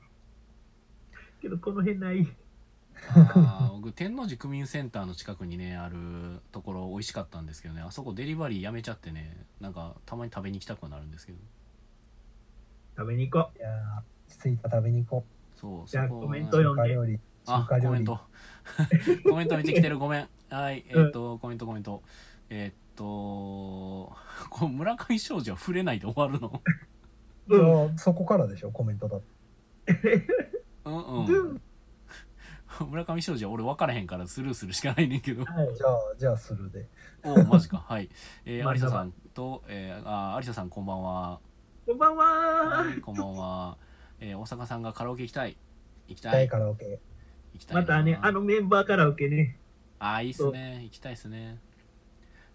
S1: けど、この辺ない。
S3: ああ、僕、天王寺区民センターの近くにね、あるところ、美味しかったんですけどね、あそこデリバリーやめちゃってね、なんか、たまに食べに行きたくはなるんですけど。
S1: 食べに行こ
S2: いやー、ついた食べに行こ
S3: そう、
S1: じ
S3: そ
S1: ゃあ
S3: こ
S1: コメン
S2: う。
S1: ト
S2: 中
S1: 読ん
S2: 華
S1: で
S2: 料理。中
S3: あ
S2: 華、
S3: コ
S2: 料
S3: メン
S2: 理。
S3: ト。 コメント見てきてる、ごめん。はい、えっ、と、コメント、コメント。えっ、と、こう村上庄司は触れないで終わるの
S1: う。
S2: いや
S1: うん。
S2: ーそこからでしょ、コメントだって。
S3: うん
S1: う
S3: うん
S1: ん。。
S3: 村上庄司は俺分からへんからスルーするしかないねんけど。
S1: はい
S2: じゃあ、じゃあするで。
S3: おお、マジか。はい。えー、
S1: マ
S3: 有
S1: ジ
S3: 沙
S1: だ
S3: さんと、えー、あー、有沙さんこんばんは。
S1: こんばんは
S3: はい、こんばんは。えー、大阪さんがカラオケ行きたい。行きた
S2: 大
S3: い。
S2: カラオケ。
S3: 行きたいな。
S1: またね、あのメンバーカラオケね。
S3: あーいいっすね。行きたいっすね。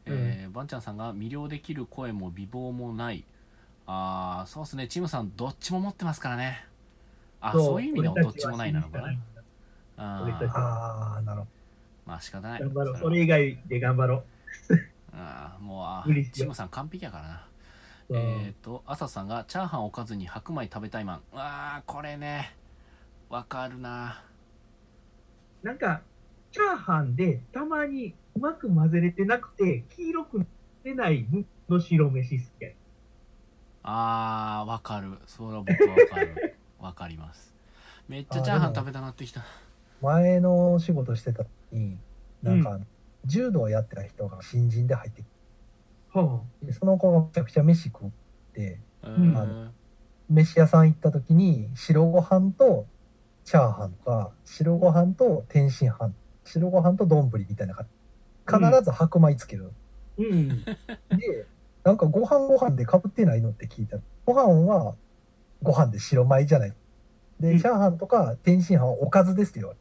S3: えー、ばんちゃんさんが魅了できる声も美貌もない。ああ、そうっすね。チムさん、どっちも持ってますからね。あそういう意味でもどっちもないなのかな。あ
S1: 俺たち
S3: ー
S2: ああ、なるほ
S3: まあ仕方ない。
S1: 頑張ろう。
S3: それは
S1: 俺以外で頑張ろ
S3: あーもう、あ
S1: 無理し
S3: ー
S1: よう
S3: チムさん完璧やからな。
S1: う。
S3: えっと、朝さんがチャーハンおかずに白米食べたいマン。ああ、これね。わかるな。
S1: なんか、チャーハンでたまにうまく混ぜれてなくて、黄色くなってないの白飯好きや。
S3: あーわかるそれは僕わ かるわかりますめっちゃチャーハン食べたなってきた
S2: ど。前のお仕事してた時に、なんか、柔道やってた人が新人で入ってき
S1: は
S2: て、その子がめちゃくちゃ飯食って、
S3: う
S1: うん
S3: ーん
S2: 飯屋さん行った時に、白ご飯とチャーハンとか、白ご飯と天津飯、白ご飯と丼みたいな感じ。必ず白米つける。
S1: あ。うん。
S2: で、なんかご飯ご飯で被ってないのって聞いたら、ご飯はご飯で白米じゃない。
S1: うん
S2: で、チャーハンとか天津飯はおかずですよ。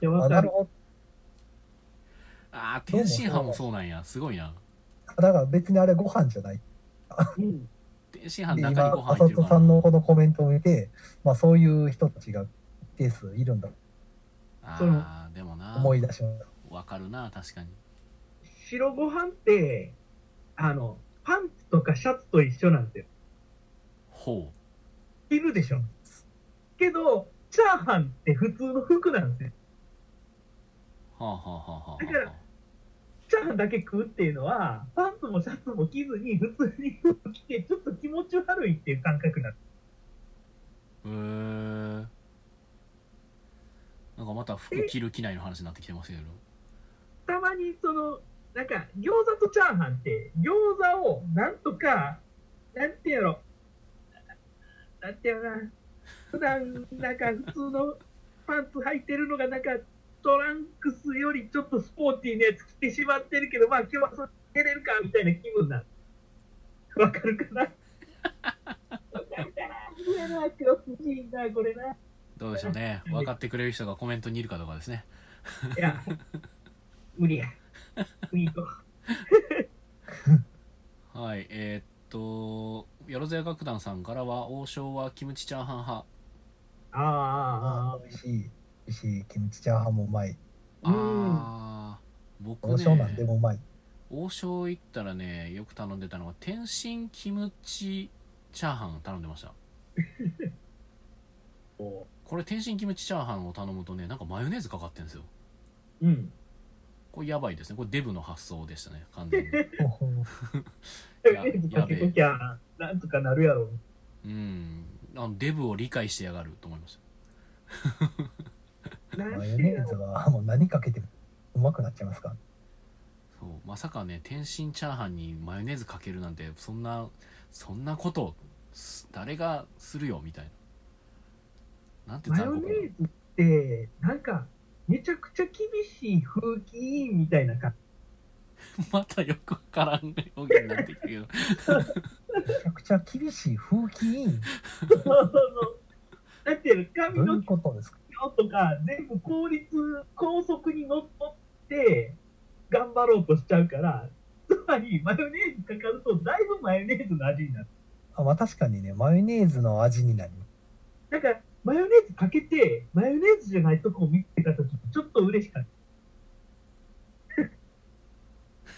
S1: じゃあ
S2: あ
S1: わ
S2: な
S1: か
S2: る
S1: る。
S2: ほど。
S3: あー天津飯もそうなんやすごいな
S2: だから別にあれご飯じゃない。
S1: うん。
S3: 天津飯
S2: で
S3: の中にご
S2: 今、
S3: 飯
S2: 浅
S3: 入ってる
S2: 田
S3: か
S2: さ
S3: ら
S2: んのこのコメントを見て、まあそういう人たちが一定数いるんだと
S1: その
S3: あーでもな
S2: 思い出しました。
S3: わかるな確かに
S1: 白ご飯って、あの、パンツとかシャツと一緒なんですよ。
S3: ほ
S1: 着るでしょ。けど、チャーハンって普通の服なんですよ。
S3: うはあはあはあは
S1: だ からチャーハンだけ食うっていうのは、パンツもシャツも着ずに、普通に服着て、ちょっと気持ち悪いっていう感覚なんです。
S3: あはあへえなんかまた服着る着ないの話になってきてますけど
S1: たまに、その、なんか、餃子とチャーハンって、餃子をなんとか、なんてやろ、なんてやろな、普段、なんか普通のパンツ履いてるのが、なんか、トランクスよりちょっとスポーティーなやつ着てしまってるけど、まあ今日はそれ着れるか、みたいな気分なんです。わかるかなわかるかな嫌な、黒筋いいな、これな。
S3: どうでしょうね分かってくれる人がコメントにいるかどうかですね
S1: いや、無理や。次行こ
S3: はい、えーっと、よろずや楽団さんからは、王将はキムチチャーハン派。
S1: う。あ
S2: あー美味しい。美味しい。キムチチャーハンもうまい。
S1: うん
S3: ああ、僕
S2: お
S3: ね、
S2: 醤なんでもうまい。
S3: 王将行ったらね、よく頼んでたのが、天津キムチチャーハン頼ん でました。これ、天津キムチチャーハンを頼むとね、なんかマヨネーズかかってるんですよ。
S1: うん。
S3: これやばいですね。これデブの発想でしたね、完全に。
S1: と
S3: や
S1: りあえずかけときゃ、なんとかなるやろ。
S3: うん。あのデブを理解してやがると思いました。
S1: なん
S2: マ
S1: て
S2: ヨ
S1: い
S2: ネ
S1: う
S2: ー
S1: の
S2: ズはもう何かけてもうまくなっちゃいますから。
S3: そうまさかね天津チャーハンにマヨネーズかけるなんてそんなそんなことす誰がするよみたいななんて
S1: マヨ
S3: 残酷
S1: ネ
S3: な
S1: ーズって、なんか、めちゃくちゃ厳しい風紀みたいな感
S3: またよくわからん表現になってきたけど
S2: めちゃくちゃ厳しい風紀委員。
S1: じ。そう そうそう。だって、髪
S2: どうい
S1: の
S2: う
S1: 毛
S2: ことですか
S1: とか、全部効率、高速にのっとって、頑張ろうとしちゃうから、つまり、マヨネーズかかると、だいぶマヨネーズの味になる。
S2: あまあ確かにね、マヨネーズの味になります。
S1: なんか、マヨネーズかけて、マヨネーズじゃないとこを見つけたとき、ちょっと嬉しかっ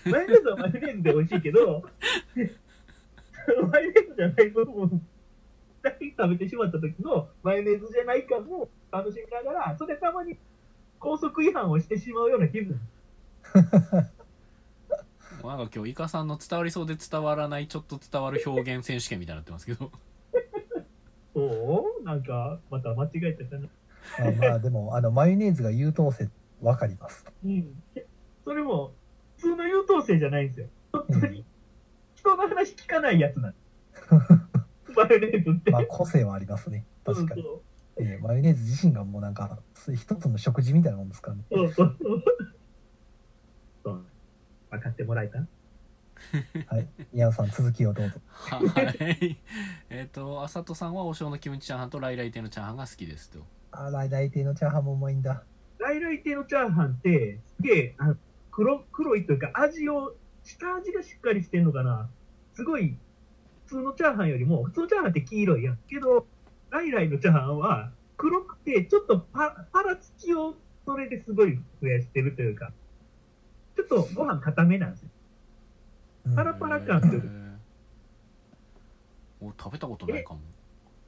S1: た。マヨネーズはマヨネーズで美味しいけど、マヨネーズじゃない部分だけ食べてしまった時のマヨネーズじゃない感も楽しみながら、それたまに高速違反をしてしまうような気分。
S3: も うなんか今日イカさんの伝わりそうで伝わらないちょっと伝わる表現選手権みたいになってます けど
S1: そうなんか、また間違えてたな。
S2: まあまあでも、あの、マヨネーズが優等生、わかります。
S1: うん。それも、普通の優等生じゃないんですよ。
S2: う
S1: 本当に
S2: ん
S1: 人の話聞かないやつなん です。マヨネーズって。
S2: まあ個性はありますね。確かに。
S1: そう
S2: えーマヨネーズ自身がもうなんか、す一つの食事みたいなもんですからね。
S1: そうそうそうそう。分かってもらえた
S2: はい。宮野さん、続きをどうぞ。
S3: はい。えっと、あさとさんはお正のキムチチャーハンと来来亭のチャーハンが好きですと。
S2: あら、大体のチャーハンもうまいんだ。
S1: 外来亭のチャーハンって、すげえ、あの黒、黒いというか、味を、下味がしっかりしてんのかな。すごい、普通のチャーハンよりも、普通のチャーハンって黄色いやん。けど、外来のチャーハンは、黒くて、ちょっとパパラつきを、それですごい増やしてるというか、ちょっとご飯固めなんですよ。
S2: うん
S1: パラパラ感というか、
S3: へーお食べたことないかも。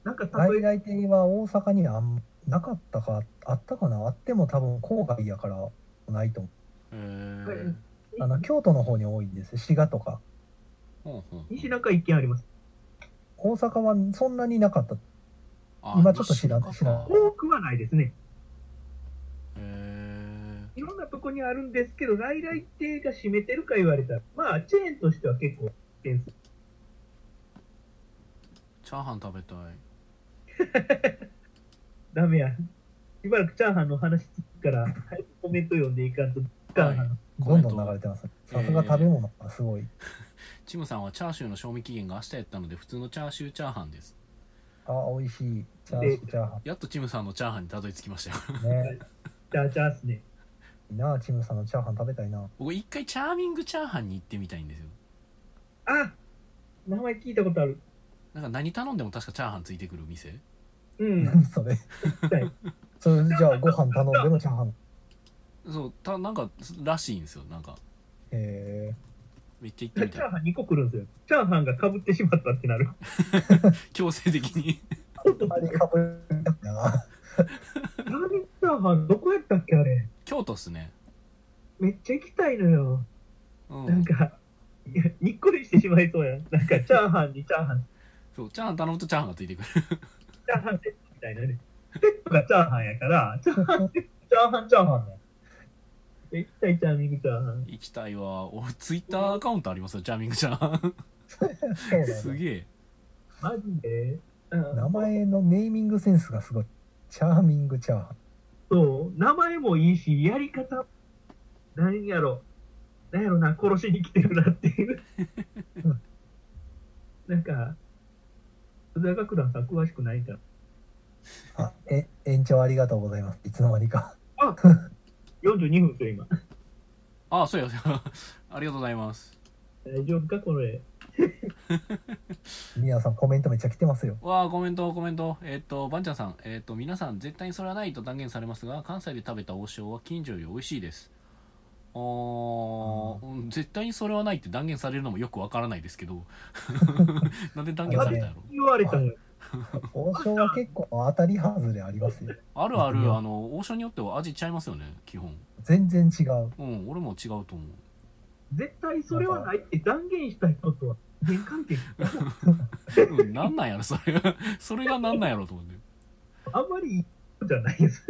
S1: なんか例
S2: 来
S1: え
S2: 来亭は大阪にあんなかったか、あったかなあっても多分郊外やからないと思
S3: へ
S1: ば、
S3: ー
S2: う。あの、京都の方に多いんです。滋賀とか。
S3: ほうほう
S1: 西中一軒あります。
S2: 大阪はそんなになかった。
S3: あ
S2: 今ちょっと知らん
S3: 西
S2: 知らん
S3: 中か
S1: 多くはないですね。
S3: へー
S1: いろんなとこにあるんですけど、外来亭が占めてるか言われたら、まあ、チェーンとしては結構、点数
S3: チャーハン食べたい。
S1: ダメや。しばらくチャーハンの話つくから、早くコメント読んでいかんと、チャーハン。
S2: どんどん流れてます。
S3: コ
S2: さ
S3: メン
S2: す
S3: ト
S2: が食べ物がすごい。
S3: チムさんはチャーシューの賞味期限が明日やったので普通のチャーシューチャーハンです。
S2: あ、美味しい。チャーシューチャーハ
S3: やっとチムさんのチャーハンにたどり着きましたよ。
S2: ンね。
S1: チャーチャーっすね。
S2: いいなあチムさんのチャーハン食べたいな。
S3: 僕一回チャーミングチャーハンに行ってみたいんですよ。
S1: あ名前聞いたことある。
S3: なんか何頼んでも確かチャーハンついてくる店
S1: うん。
S2: 何 それ
S1: い。
S2: それじゃあご飯頼んでもチャーハン。
S3: そう、た、なんか、らしいんですよ。なんか、
S2: え
S3: めっちゃ行って
S1: チャ
S3: みたい
S1: ー。ハン2個来るんですよ。チャーハンが被ってしまったってなる。
S3: 強制的に。
S2: ー、あれかぶりたくないな。
S1: ラーメンチャーハン、どこやったっけあれ。
S3: 京都っすね。
S1: めっちゃ行きたいのよ。
S3: う
S1: なん
S3: ん。
S1: か、いやにっこりしてしまいそうやん。なんか、チャーハンにチャーハン、
S3: そう、チャーハン頼むとチャーハンがついてくる。
S1: チャーハンセットみたいなね。セットがチャーハンやから、チャーハンセット、チャーハンチャーハンだよ。行きたいチャーミングチャーハン。
S3: 行きたいわ。俺、ツイッターアカウントありますよ。チャーミングチャーハン。
S2: そうなんだ
S3: すげえ。
S1: マジで、うん
S2: 名前のネーミングセンスがすごい。チャーミングチャーハン。
S1: そう、名前もいいし、やり方、何やろ、何やろな、殺しに来てるなっていう。 なんか、津田学団さん詳しくないから。
S2: あ、え、延長ありがとうございます。いつの間にか。
S1: 42分ですよ、今。
S3: あ、そうや、そうや ありがとうございます。
S1: 大丈夫か、これ。
S2: 皆さんコメントめっちゃ来てますよ。
S3: わあ、コメント、コメント。えっ、と、ばんちゃんさん、えっ、と、皆さん、絶対にそれはないと断言されますが、関西で食べた王将は近所より美味しいです。あーうん絶対にそれはないって断言されるのもよくわからないです けどなんで断言されたんやろ
S1: 言われたのよ。
S2: 王将は結構当たり外れありますよ。
S3: あるあ
S2: い
S3: る
S2: や
S3: あの王将によっては味ちゃいますよね基本
S2: 全然違う。
S3: うん俺も違うと思う
S1: 絶対それはないって断言した人とは、原関係、
S3: うん、なんなんやろそれ がそれがなんなんやろと思って
S1: あんまりいい人じゃないです。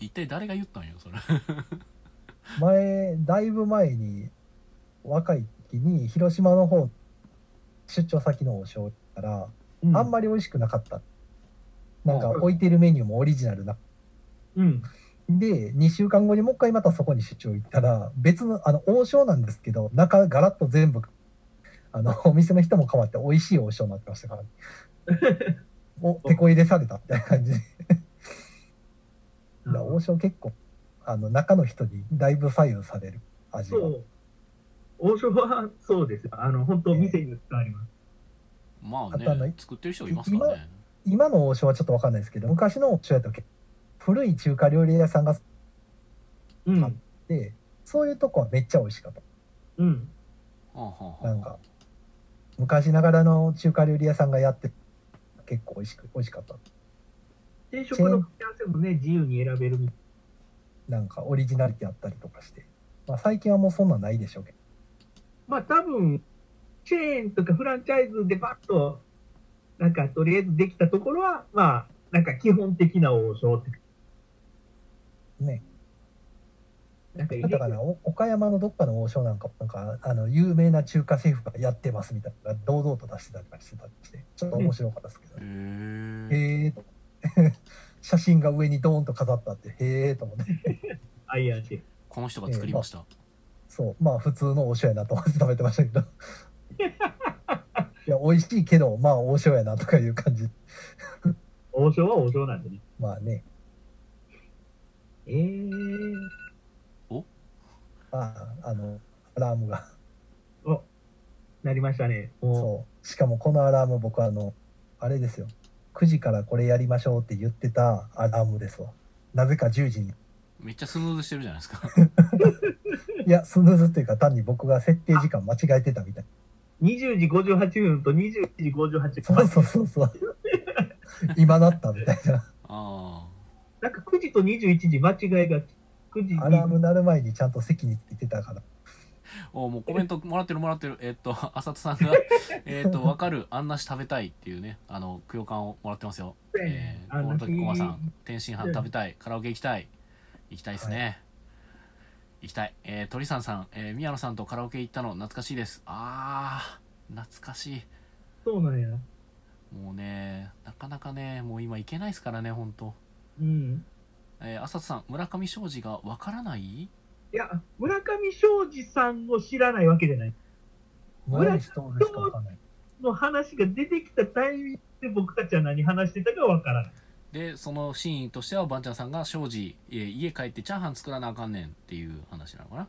S3: 一体誰が言ったんやそれ
S2: 前、だいぶ前に、若い時に広島の方、出張先の王将行ったら、あんまり美味しくなかった。なんか
S1: うん
S2: 置いてるメニューもオリジナルな。
S1: うん。
S2: で、2週間後にもう一回またそこに出張行ったら、別の、あの、王将なんですけど、中ガラッと全部、あの、 お店の人も変わって美味しい王将になってましたから、 お、手こ入れされたみたい な感じで。だから王将結構、あの、中の人にだいぶ左右される味
S1: そ
S2: が。
S1: う。王将はそうですよ。あの、本当、店によってあります。
S3: まあ
S2: あとあ
S3: ね
S2: の
S3: 作ってる人いますからね
S2: 今の王将はちょっとわかんないですけど、昔の王将やと結構古い中華料理屋さんがあっ
S1: うん。
S2: て、そういうとこはめっちゃ美味しかった。
S1: うん。
S3: はあはあはあ
S2: なんか、昔ながらの中華料理屋さんがやって、結構美味しく、美味しかった。
S1: 定食の組み合わせもね、自由に選べるみたい
S2: なんかオリジナリティあったりとかして。まあ最近はもうそんなんないでしょうけど。
S1: まあ多分、チェーンとかフランチャイズでバッと、なんかとりあえずできたところは、まあ、なんか基本的な王将って。
S2: ね。
S1: なんかいい
S2: だったかな、お岡山のどっかの王将なんか、なんか、あの、有名な中華シェフがやってますみたいなのが堂々と出してたりとかしてたりして、ちょっと面白かったですけど、
S3: へえ
S2: へえーと 思って写真が上にドーンと飾ったって、へえーと思って。
S1: アイアンシェフ。
S3: この人が作りました、
S2: そうまあ普通のお塩やなと思って食べてましたけどいや美味しいけどまあお塩やなとかいう感じ
S1: 王将は王将なんでね。
S2: まあね
S1: えー、
S2: まああのアラームが
S1: なりましたね。も、
S2: そうしかもこのアラーム僕あのあれですよ9時からこれやりましょうって言ってたアラームですわなぜか10時に
S3: めっちゃスヌーズしてるじゃないです か
S2: いやスヌーズっていうか単に僕が設定時間間違えてたみたいう
S1: 20時58分と21時58
S2: そう
S1: 分。
S2: そうそうそう今なったみたいな
S3: あ
S1: なんか9時と21時間違いが、9時
S2: アラー
S1: に
S2: ム鳴る前にちゃんと席についてたから
S3: あおもうコメントもらってるもらってるえっと浅田さ んが「えっとわかるあんなし食べたい」っていうねあの供養感をもらってますよえー、
S1: あ
S3: こ
S1: の
S3: の時コマさん天津飯食べたいカラオケ行きたい行きたいですね、行きたい、えー、鳥さんさん、えー、宮野さんとカラオケ行ったの懐かしいですあー懐かしい
S1: そうなんや。
S3: もうねなかなかねもう今行けないですからねほんと
S1: うん。
S3: えー、浅田さん村上庄司がわからない
S1: いや、村上庄司さんを知らないわけじゃない。
S2: 何しとるですかわかんない
S1: の話が出てきたタイミングで僕たちは何話してたかわからない。
S3: でそのシーンとしてはばんちゃんさんが庄司、えー家帰ってチャーハン作らなあかんねんっていう話なのかな、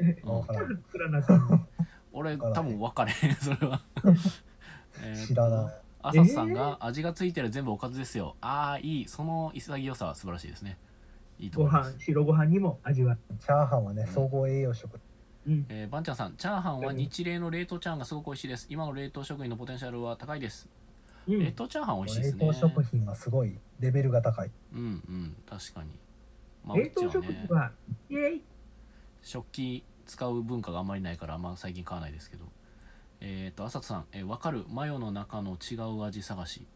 S1: え
S3: うん
S2: わからん
S1: 作らなあかんの
S3: 俺
S2: わから
S3: 多
S2: ん
S3: 分分かれへん そ れはえー
S2: 知らない
S3: 浅瀬さんが味がついてる全部おかずですよ、ああいいその潔さは素晴らしいですねいいと
S1: ご
S3: 思いま
S1: 飯
S3: す、
S1: 白ご飯にも味わ
S2: チャーハンはね、総合栄養食。
S1: う。うん。
S3: えー、ばんちゃんさんチャーハンは日例の冷凍チャーハンがすごく美味しいです今の冷凍食品のポテンシャルは高いです、
S1: うん
S3: 冷凍チャーハン美味しいで
S2: 冷
S3: すね
S2: 凍食品はすごいレベルが高い。
S3: うんうん確かに、まあ、
S1: 冷
S3: うち
S1: 凍
S3: は
S1: 食
S3: ね
S1: 品は、イェイ
S3: 食器使う文化があんまりないから、まあ、最近買わないですけどえっ、と浅田さん、えー、分かるマヨの中の違う味探し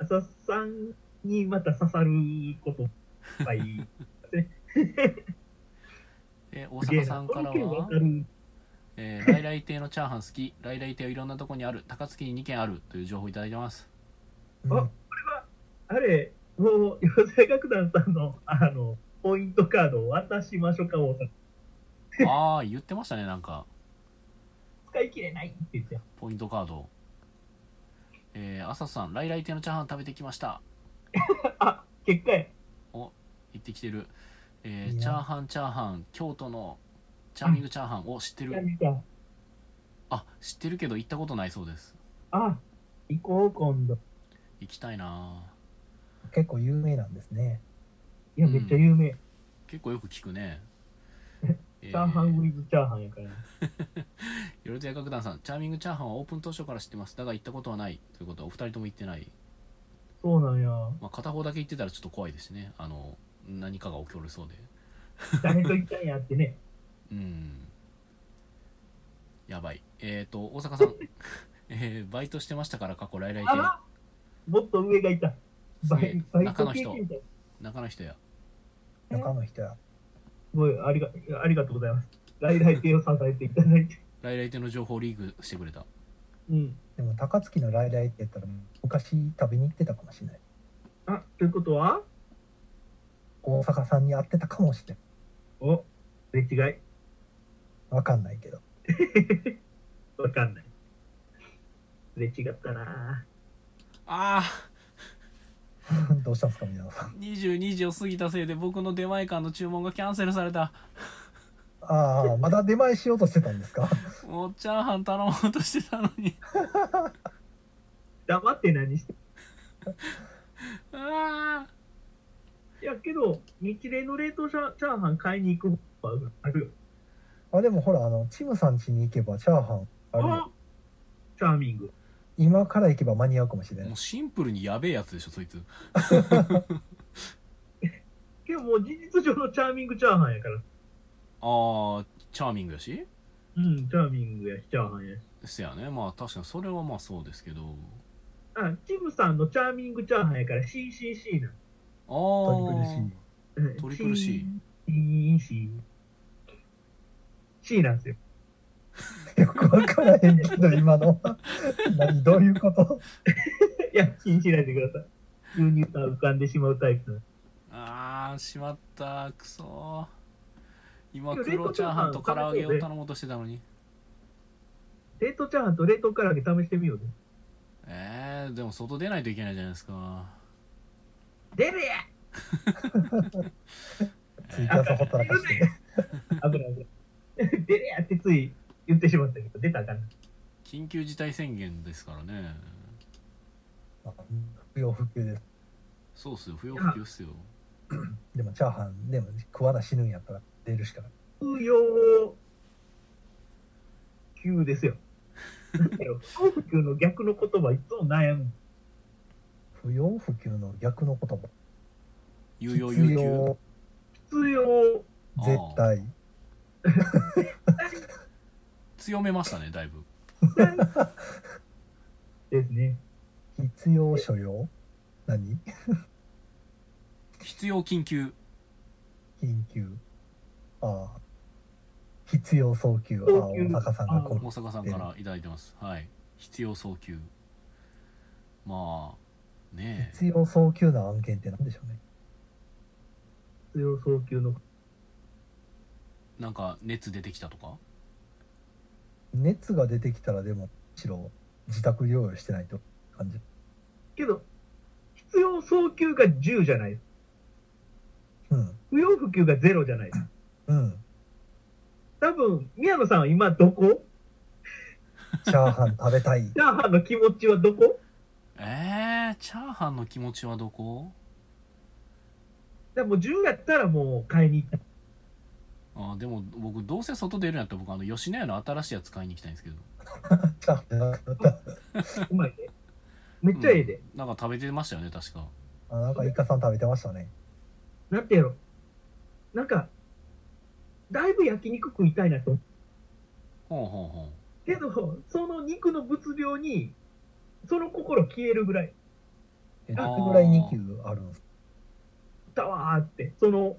S1: 浅田さんにまた刺さることがい い。
S3: えー大阪さんから
S1: すげえなこの件わ
S3: は
S1: かる
S3: 「えー、来来亭のチャーハン好き来来亭はいろんなとこにある高槻に2軒ある」という情報いただいてます
S2: うん
S1: ああれ、もう、養成楽団さんの、あの、ポイントカードを渡しましょうか、大阪。
S3: ああ言ってましたねなんか
S1: 使い切れないって言って。
S3: ポイントカードえー、浅田さん「来来亭のチャーハン食べてきました
S1: あ、結果や。」
S3: 行ってきてる、え
S2: い
S3: ー、
S2: や
S3: チャーハンチャーハン京都のチャーミングチャーハンを知ってる
S1: 何か。
S3: あ知ってるけど行ったことないそうです
S1: あ、行こう、今度。
S3: 行きたいなあ
S2: 結構有名なんですね。
S1: いや、めっちゃ有名。
S3: 結構よく聞くね。え
S1: チャーハンウィズチャーハンやから。
S3: よろずや楽団さん、チャーミングチャーハンはオープン当初から知ってます。だが行ったことはない。ということは、お二人とも行ってない。
S1: そうなんや。
S3: まあ、片方だけ行ってたらちょっと怖いですね。あの、何かが起こるそうで。
S1: 誰と行ったんやってね。
S3: うん。やばい。えっ、と、大阪さん、 えーバイトしてましたから、過去来来
S1: あもっと上がいた。
S3: す
S1: バ
S3: げえ
S1: イバイ
S3: 中
S1: ト
S3: の
S1: 経
S3: 人
S1: 験者。す
S3: 亭、中の人や。
S1: え
S2: 中の人や。
S1: ごい、ありが、ありがとうございます。来来亭を支えていただいて。
S3: 来来亭の情報リークしてくれた。
S1: うん。
S2: でも高槻のライライって言ったら昔食べに行ってたかもしれない。
S1: あ、ということは
S2: 大阪さんに会ってたかもしれない。
S1: お、すれ違い
S2: わかんないけど。
S1: わかんない。すれ違ったな
S3: あ
S2: どうしたんですか、皆さ
S3: あ
S2: ん。
S3: 22時を過ぎたせいで僕の出前館の注文がキャンセルされた
S2: ああ、まだ出前しようとしてたんですか。
S3: もうチャーハン頼もうとしてたのに
S1: 黙って何して
S3: ああ
S1: いやけど、日例の冷凍チャチャーハン買いに行く方があるよ。
S2: あ、でもほら、あの、チムさん家に行けばチャーハンあるよ。
S1: あチャーミング。
S2: 今から行けば間に合うかもしれな
S3: も。
S2: いう
S3: シンプルにやべえやつでしょそいつ
S1: けどもう事実上のチャーミングチャーハンやから。
S3: ああチャーミングやし
S1: うん、チャーミングやし、チャーハンやし。
S3: せやねまあ確かにそれはまあそうですけど
S1: あ、チムさんのチャーミングチャーハンやから CCC なの。
S3: あ
S2: トリプル
S3: あ
S2: C。
S1: うん
S3: トリプル C。
S1: CC。C なんですよ。
S2: よくわからへんけど、 今の。何、どういうこと
S1: いや、信じないでください。牛乳が浮かんでしまうタイプ。
S3: ああしまったくそー今黒チャーハンと唐揚げを頼もうとしてたのに
S1: 冷凍チャーハンと冷凍唐揚げ試してみようね
S3: えー、でも外出ないといけないじゃないですか
S1: 出るや
S2: ツイッターさほったらかして。
S1: 危ない危ない出るやってつい言ってしまったけど出たらあかんな
S3: 緊急事態宣言ですからね
S2: あ不要不急です。
S3: そうっすよ不要不急っすよ
S2: でもチャーハン、でも食わな死ぬんやったら出るしかない。
S1: 不要急です よなんだろう不要不急の逆の言葉いつも悩む
S2: 不要不急の逆の言葉。
S3: 有用有
S2: 必
S3: 給
S2: 要
S1: 必要
S2: 絶対。
S3: 強めましたねだいぶ
S1: ですね
S2: 必要所要何
S3: 必要緊急
S2: 緊急。ああ。必要早急。ああ、
S1: 早
S2: 大
S1: 急
S2: 阪さんが
S1: あ
S2: こ
S1: あ
S2: う
S3: 大阪さんからいただいてますはい必要早急まあねえ
S2: 必要早急な案件って何でしょうね。
S1: 必要早急の
S3: なんか熱出てきたとか
S2: 熱が出てきたらでも、むしろ自宅療養してないと感じ。
S1: けど必要早急が10じゃない
S2: うん。
S1: 不要不急が0じゃない
S2: うん。
S1: 多分宮野さんは今どこ
S2: チャーハン食べたい。
S1: チャーハンの気持ちはどこ
S3: えー、チャーハンの気持ちはどこ
S1: でもう10やったらもう買いに行った
S3: あでも僕どうせ外出るんやったら僕あの吉野家の新しいやつ買いに行きたいんですけど
S2: チャーハンじゃなかった。
S1: うまいでめっちゃええで、
S3: なんか食べてましたよね確か
S2: あなんかイカさん食べてましたね。
S1: なんてやろなんかだいぶ焼肉食いたいなと思
S3: ほうほうほう
S1: うけどその肉の物量にその心消えるぐらい
S2: え
S1: あ
S2: ど
S1: ー
S2: れぐらい2級あるんですか
S1: だわーってその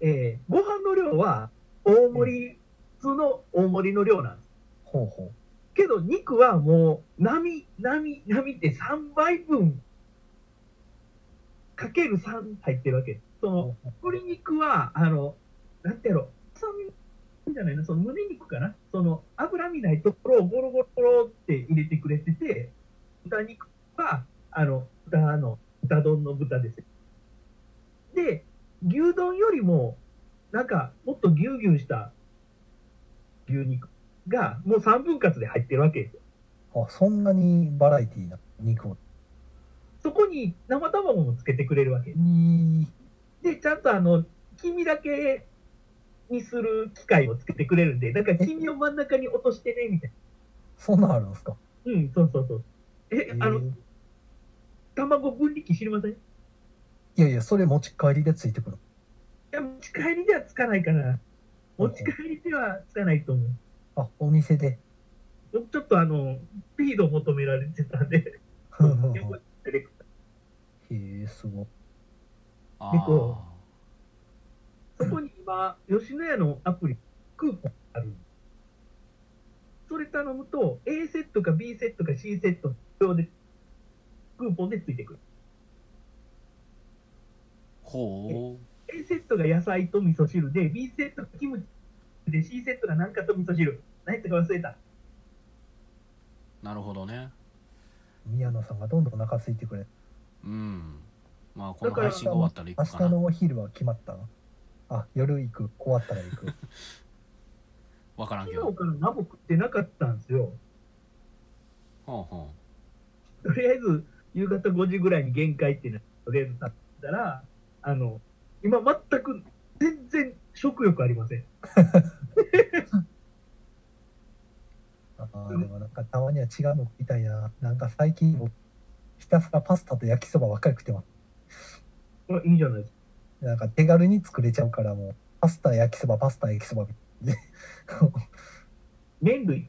S1: えー、ご飯の量は大盛り、普通の大盛りの量なんです
S2: ほうほう。
S1: けど肉はもう波波波って3倍分かける3入ってるわけその鶏肉はあのなんてやろ臭みじゃないのその胸肉かなその脂身ないところをゴロゴロゴロって入れてくれてて豚肉はあの豚の豚丼の豚ですよで牛丼よりもなんかもっとギュウギュウした牛肉がもう3分割で入ってるわけですよ
S2: あそんなにバラエティーな肉を。
S1: そこに生卵もつけてくれるわけでちゃんとあの黄身だけにする機械をつけてくれるんでだから黄身を真ん中に落としてねみたい
S2: そんなんあるんですか
S1: なうんそうそうそうえ
S2: え
S1: あの
S2: ー
S1: 卵分離機知りませんい
S2: いやいや、それ持ち帰りでついてくる。
S1: や持ち帰りではつかないかな持ち帰りではつかないと思う
S2: あ、お店で。
S1: 僕ちょっとあのスピード求められてたんで
S2: ふんふんふん
S1: よく出てくる
S2: へえ、すごい。
S3: あ
S1: でこ
S3: あ
S1: そこに今、吉野家のアプリ、クーポンある。それ頼むと、A セットか B セットか C セット、無料で、クーポンでついてくる。
S3: ほう
S1: A セットが野菜と味噌汁で、B セットがキムチで、C セットが何かと味噌汁。何やったか忘れた。
S3: なるほどね
S2: 宮野さんがどんどんお腹空いてくれ。
S3: うんまあこの
S1: だから
S3: 配信が終わったら行
S2: 明
S3: くか
S2: 日
S3: な
S2: のお昼は決まったのあ、夜行く。終わったら行く。
S3: わからんけ
S1: 昨
S3: ど
S1: 日から何も食ってなかったんですよ。
S3: ほうほ
S1: とりあえず、夕方5時ぐらいに限界ってなって、とりあえず立ったら、あの、今全く、全然食欲ありません。
S2: あーでもなんかたまには違うのみたいな。なんか最近僕、ひたすらパスタと焼きそばばっかり食ってます。
S1: これいいじゃないですか。
S2: なんか手軽に作れちゃうからもう、パスタ焼きそば、パスタ焼きそばみたいな。
S1: 麺類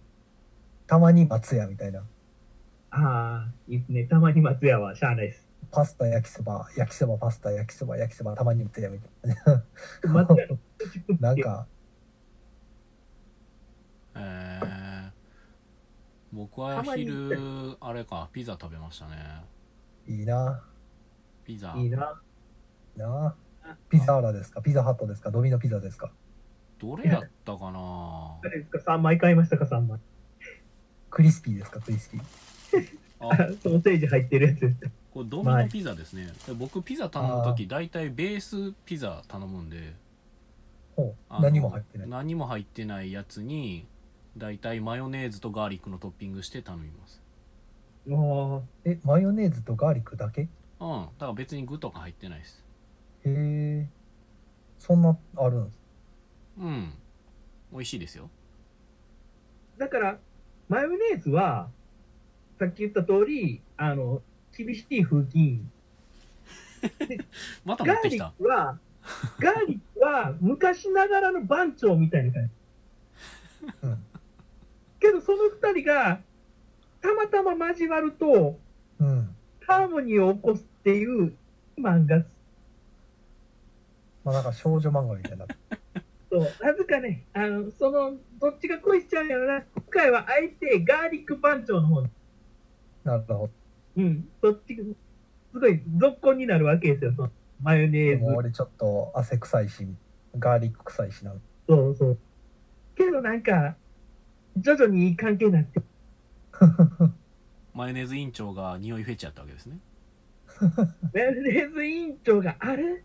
S2: たまに松屋みたいな。
S1: ああ、いいですね。たまに松屋はしゃあないです。
S2: パスタ焼きそば、焼きそば、パスタ焼きそば、焼きそば、たまに松屋みたいな。
S1: 松屋のチップ
S2: なんか、
S3: うえー、僕は
S1: たまに
S3: 昼あれかピザ食べましたね
S2: いいな、
S3: ピザ
S1: いいな。
S2: いいな。ピザーラですかピザハットですかドミノピザですか
S3: どれやっ たかな
S1: 誰ですか ?3 枚買いましたか ?3 枚。
S2: クリスピーですか、クリスピー。
S3: あ
S1: ソーセージ入ってるやつです。
S3: これドミノピザですね、で僕ピザ頼む時大体ベースピザ頼むんで
S2: ほ
S3: あ
S2: う、
S3: の
S2: 何も入ってない。
S3: 何も入ってないやつに大体マヨネーズとガーリックのトッピングして頼みます
S1: あ
S2: え、マヨネーズとガーリックだけへ
S3: うんだから別に具とか入ってないです
S2: え。そんな、あるんです。
S3: うん美味しいですよ
S1: だから、マヨネーズは、さっき言った通り、あの、厳しい風景。
S3: また持
S1: ガ
S3: っ
S1: ー
S3: てき
S1: リ
S3: た
S1: ックは、ガーリックは昔ながらの番長みたいな感じ。
S2: うん。
S1: けど、その二人が、たまたま交わると、
S2: うん。
S1: ハーモニーを起こすっていう漫画。
S2: まあなんか少女漫画みたいな。
S1: そう、なぜかね、あの、その、どっちが恋しちゃうんやろな。今回はあえてガーリック番長の方に、
S2: なるほ
S1: うん、そっち、すごい、続行になるわけですよ、その、マヨネ
S2: ど。で
S1: ーズ
S2: も俺ちょっと汗臭いし、ガーリック臭いしな。
S1: そうそう。けどなんか、徐々にいい関係になって、
S3: マヨネーズ委員長が匂いフェチやったわけですね
S1: マヨネーズ委員長が、あれ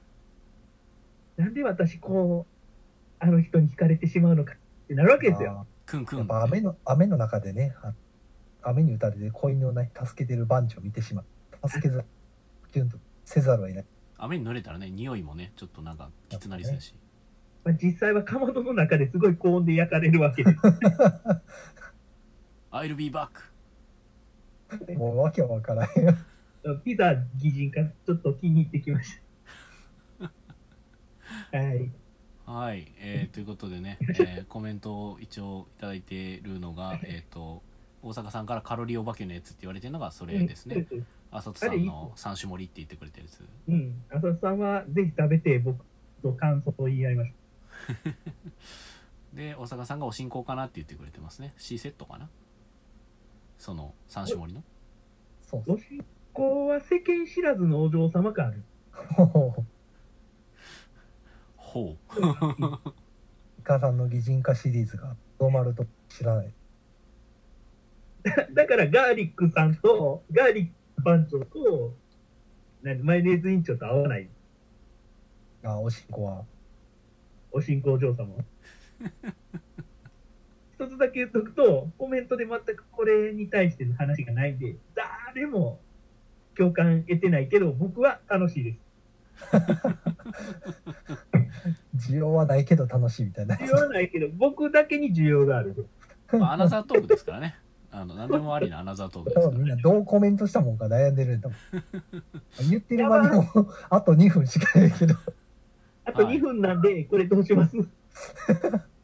S1: なんで私こう、あの人に惹かれてしまうのかってなるわけですよ。
S3: クンクン
S2: や
S3: っ
S2: ってぱ雨の雨の中でね、あ雨に打たれて子犬をね、助けてる番長を見てしまう。助けざ、キュンとせざるを得ない。
S3: 雨に濡れたらね匂いもねちょっとなんかきつなりそうやし
S1: まあ、実際はかまどの中ですごい高温で焼かれるわけです。
S3: 「I'll be back
S2: もうわけわからへんよ。
S1: ピザ擬人化、ちょっと気に入ってきま した。はい。」
S3: はい、えーということでね、えーコメントを一応いただいてるのがえっ、と大阪さんからカロリーお化けのやつって言われてるのがそれですね、
S1: うん。
S3: 浅津さんの三種盛りって言ってくれてるやつ
S1: うん。浅田さんはぜひ食べて、僕と感想を言い合いまし
S3: で大阪さんがお進行かなって言ってくれてますね C セットかなその三種盛りの
S2: そう
S1: た。おしっこは世間知らずのお嬢様感ある。
S2: そう。
S3: ほう
S2: イカさんの擬人化シリーズがどうまると知らない。
S1: だからガーリックさんと、ガーリック番長と、何マヨネーズ委員長と合わない、
S2: あ、おしっこは。
S1: お進行嬢様。 一つだけ言っとくと、コメントで全くこれに対しての話がないんで、誰も共感得てないけど、僕は楽しいです。
S2: 需要はないけど楽しいみたいな や
S1: 需
S2: つ。
S1: 要はないけど、僕だけに需要がある。
S3: まあアナザートークですからねあの何でもありなアナザートークで
S2: 多
S3: すか
S2: 分みんな
S3: らね
S2: どうコメントしたもんか悩んでるんだもん。言ってる間にもうあと2分しかないけど、
S1: あと
S3: はい
S1: 2分なんで、これどうします、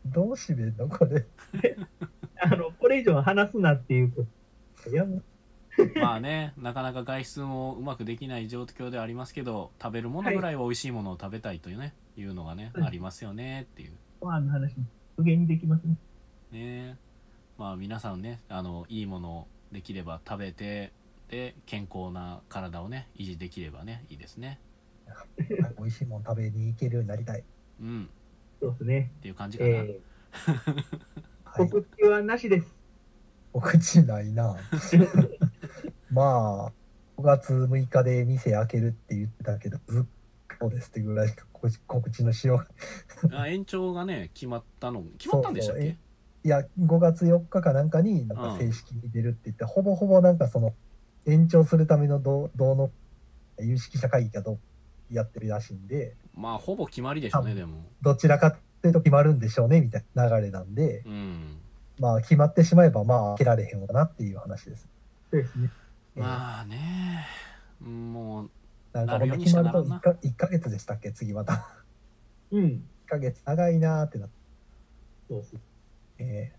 S2: どう締めんのこれ。
S1: あの、これ以上話すなっていうこと。いや、
S3: まあねなかなか外出もうまくできない状況ではありますけど食べるものぐらいは美味しいものを食べたいというね、い、うのがね
S1: うん
S3: ありますよねっていう
S1: ご飯の話も無限にできますね。
S3: ねまあ皆さんねあのいいものをできれば食べてで健康な体をね維持できればねいいですね
S2: 美味しいもん食べに行けるようになりたい。
S3: うん
S1: そうですね。
S3: っていう感じかな、
S1: えー
S2: はい、
S1: 告知はなしです。
S2: お口ないな。まあ、5月6日で店開けるって言ってたけど、ずっとですってぐらいしか告知告知のしようが。
S3: あ延長がね決まったの決まったんでしたっけ
S2: そうそういや、5月4日かなんかになんか正式に出るって言って、ほぼほぼなんかその延長するためのどうどうの有識者会議がどうやってるらしいんで、
S3: まあほぼ決まりでしょうね
S2: 多分
S3: でも
S2: どちらかっていうと決まるんでしょうねみたいな流れなんで、
S3: うん
S2: まあ決まってしまえばまあ開けられへんのかなっていう話です。
S1: そうですね。
S3: まあねうんもう
S2: なんか
S3: なる
S2: ほんと
S3: ように
S2: 決まると
S3: しかな
S2: 1か一ヶ月でしたっけ次また。
S1: うん。
S2: 1ヶ月長いなーってなって、
S1: そうそう
S2: え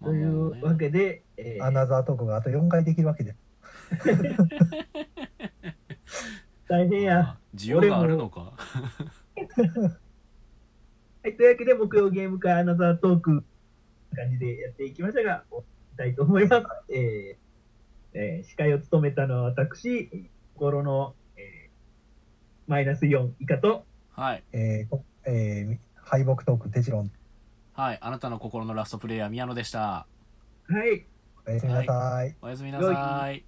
S3: まあ
S1: とい
S3: も
S1: うわ
S3: ね
S1: けで、え
S2: ーア
S1: ー、
S2: ナザートークがあと4回できるわけで。
S1: 大変や。
S3: まあ需要があるのか
S1: はい、というわけで、木曜ゲーム会アナザートーク、感じでやっていきましたが、終わりたいと思います。えーえー司会を務めたのは私、心の、えーマイナス4以下と、
S3: はい
S2: えーこえー敗北トーク、テチロン、
S3: はい、あなたの心のラストプレイヤー、宮野でした。
S1: はい。
S2: おやすみなさい。
S3: おやすみなさい。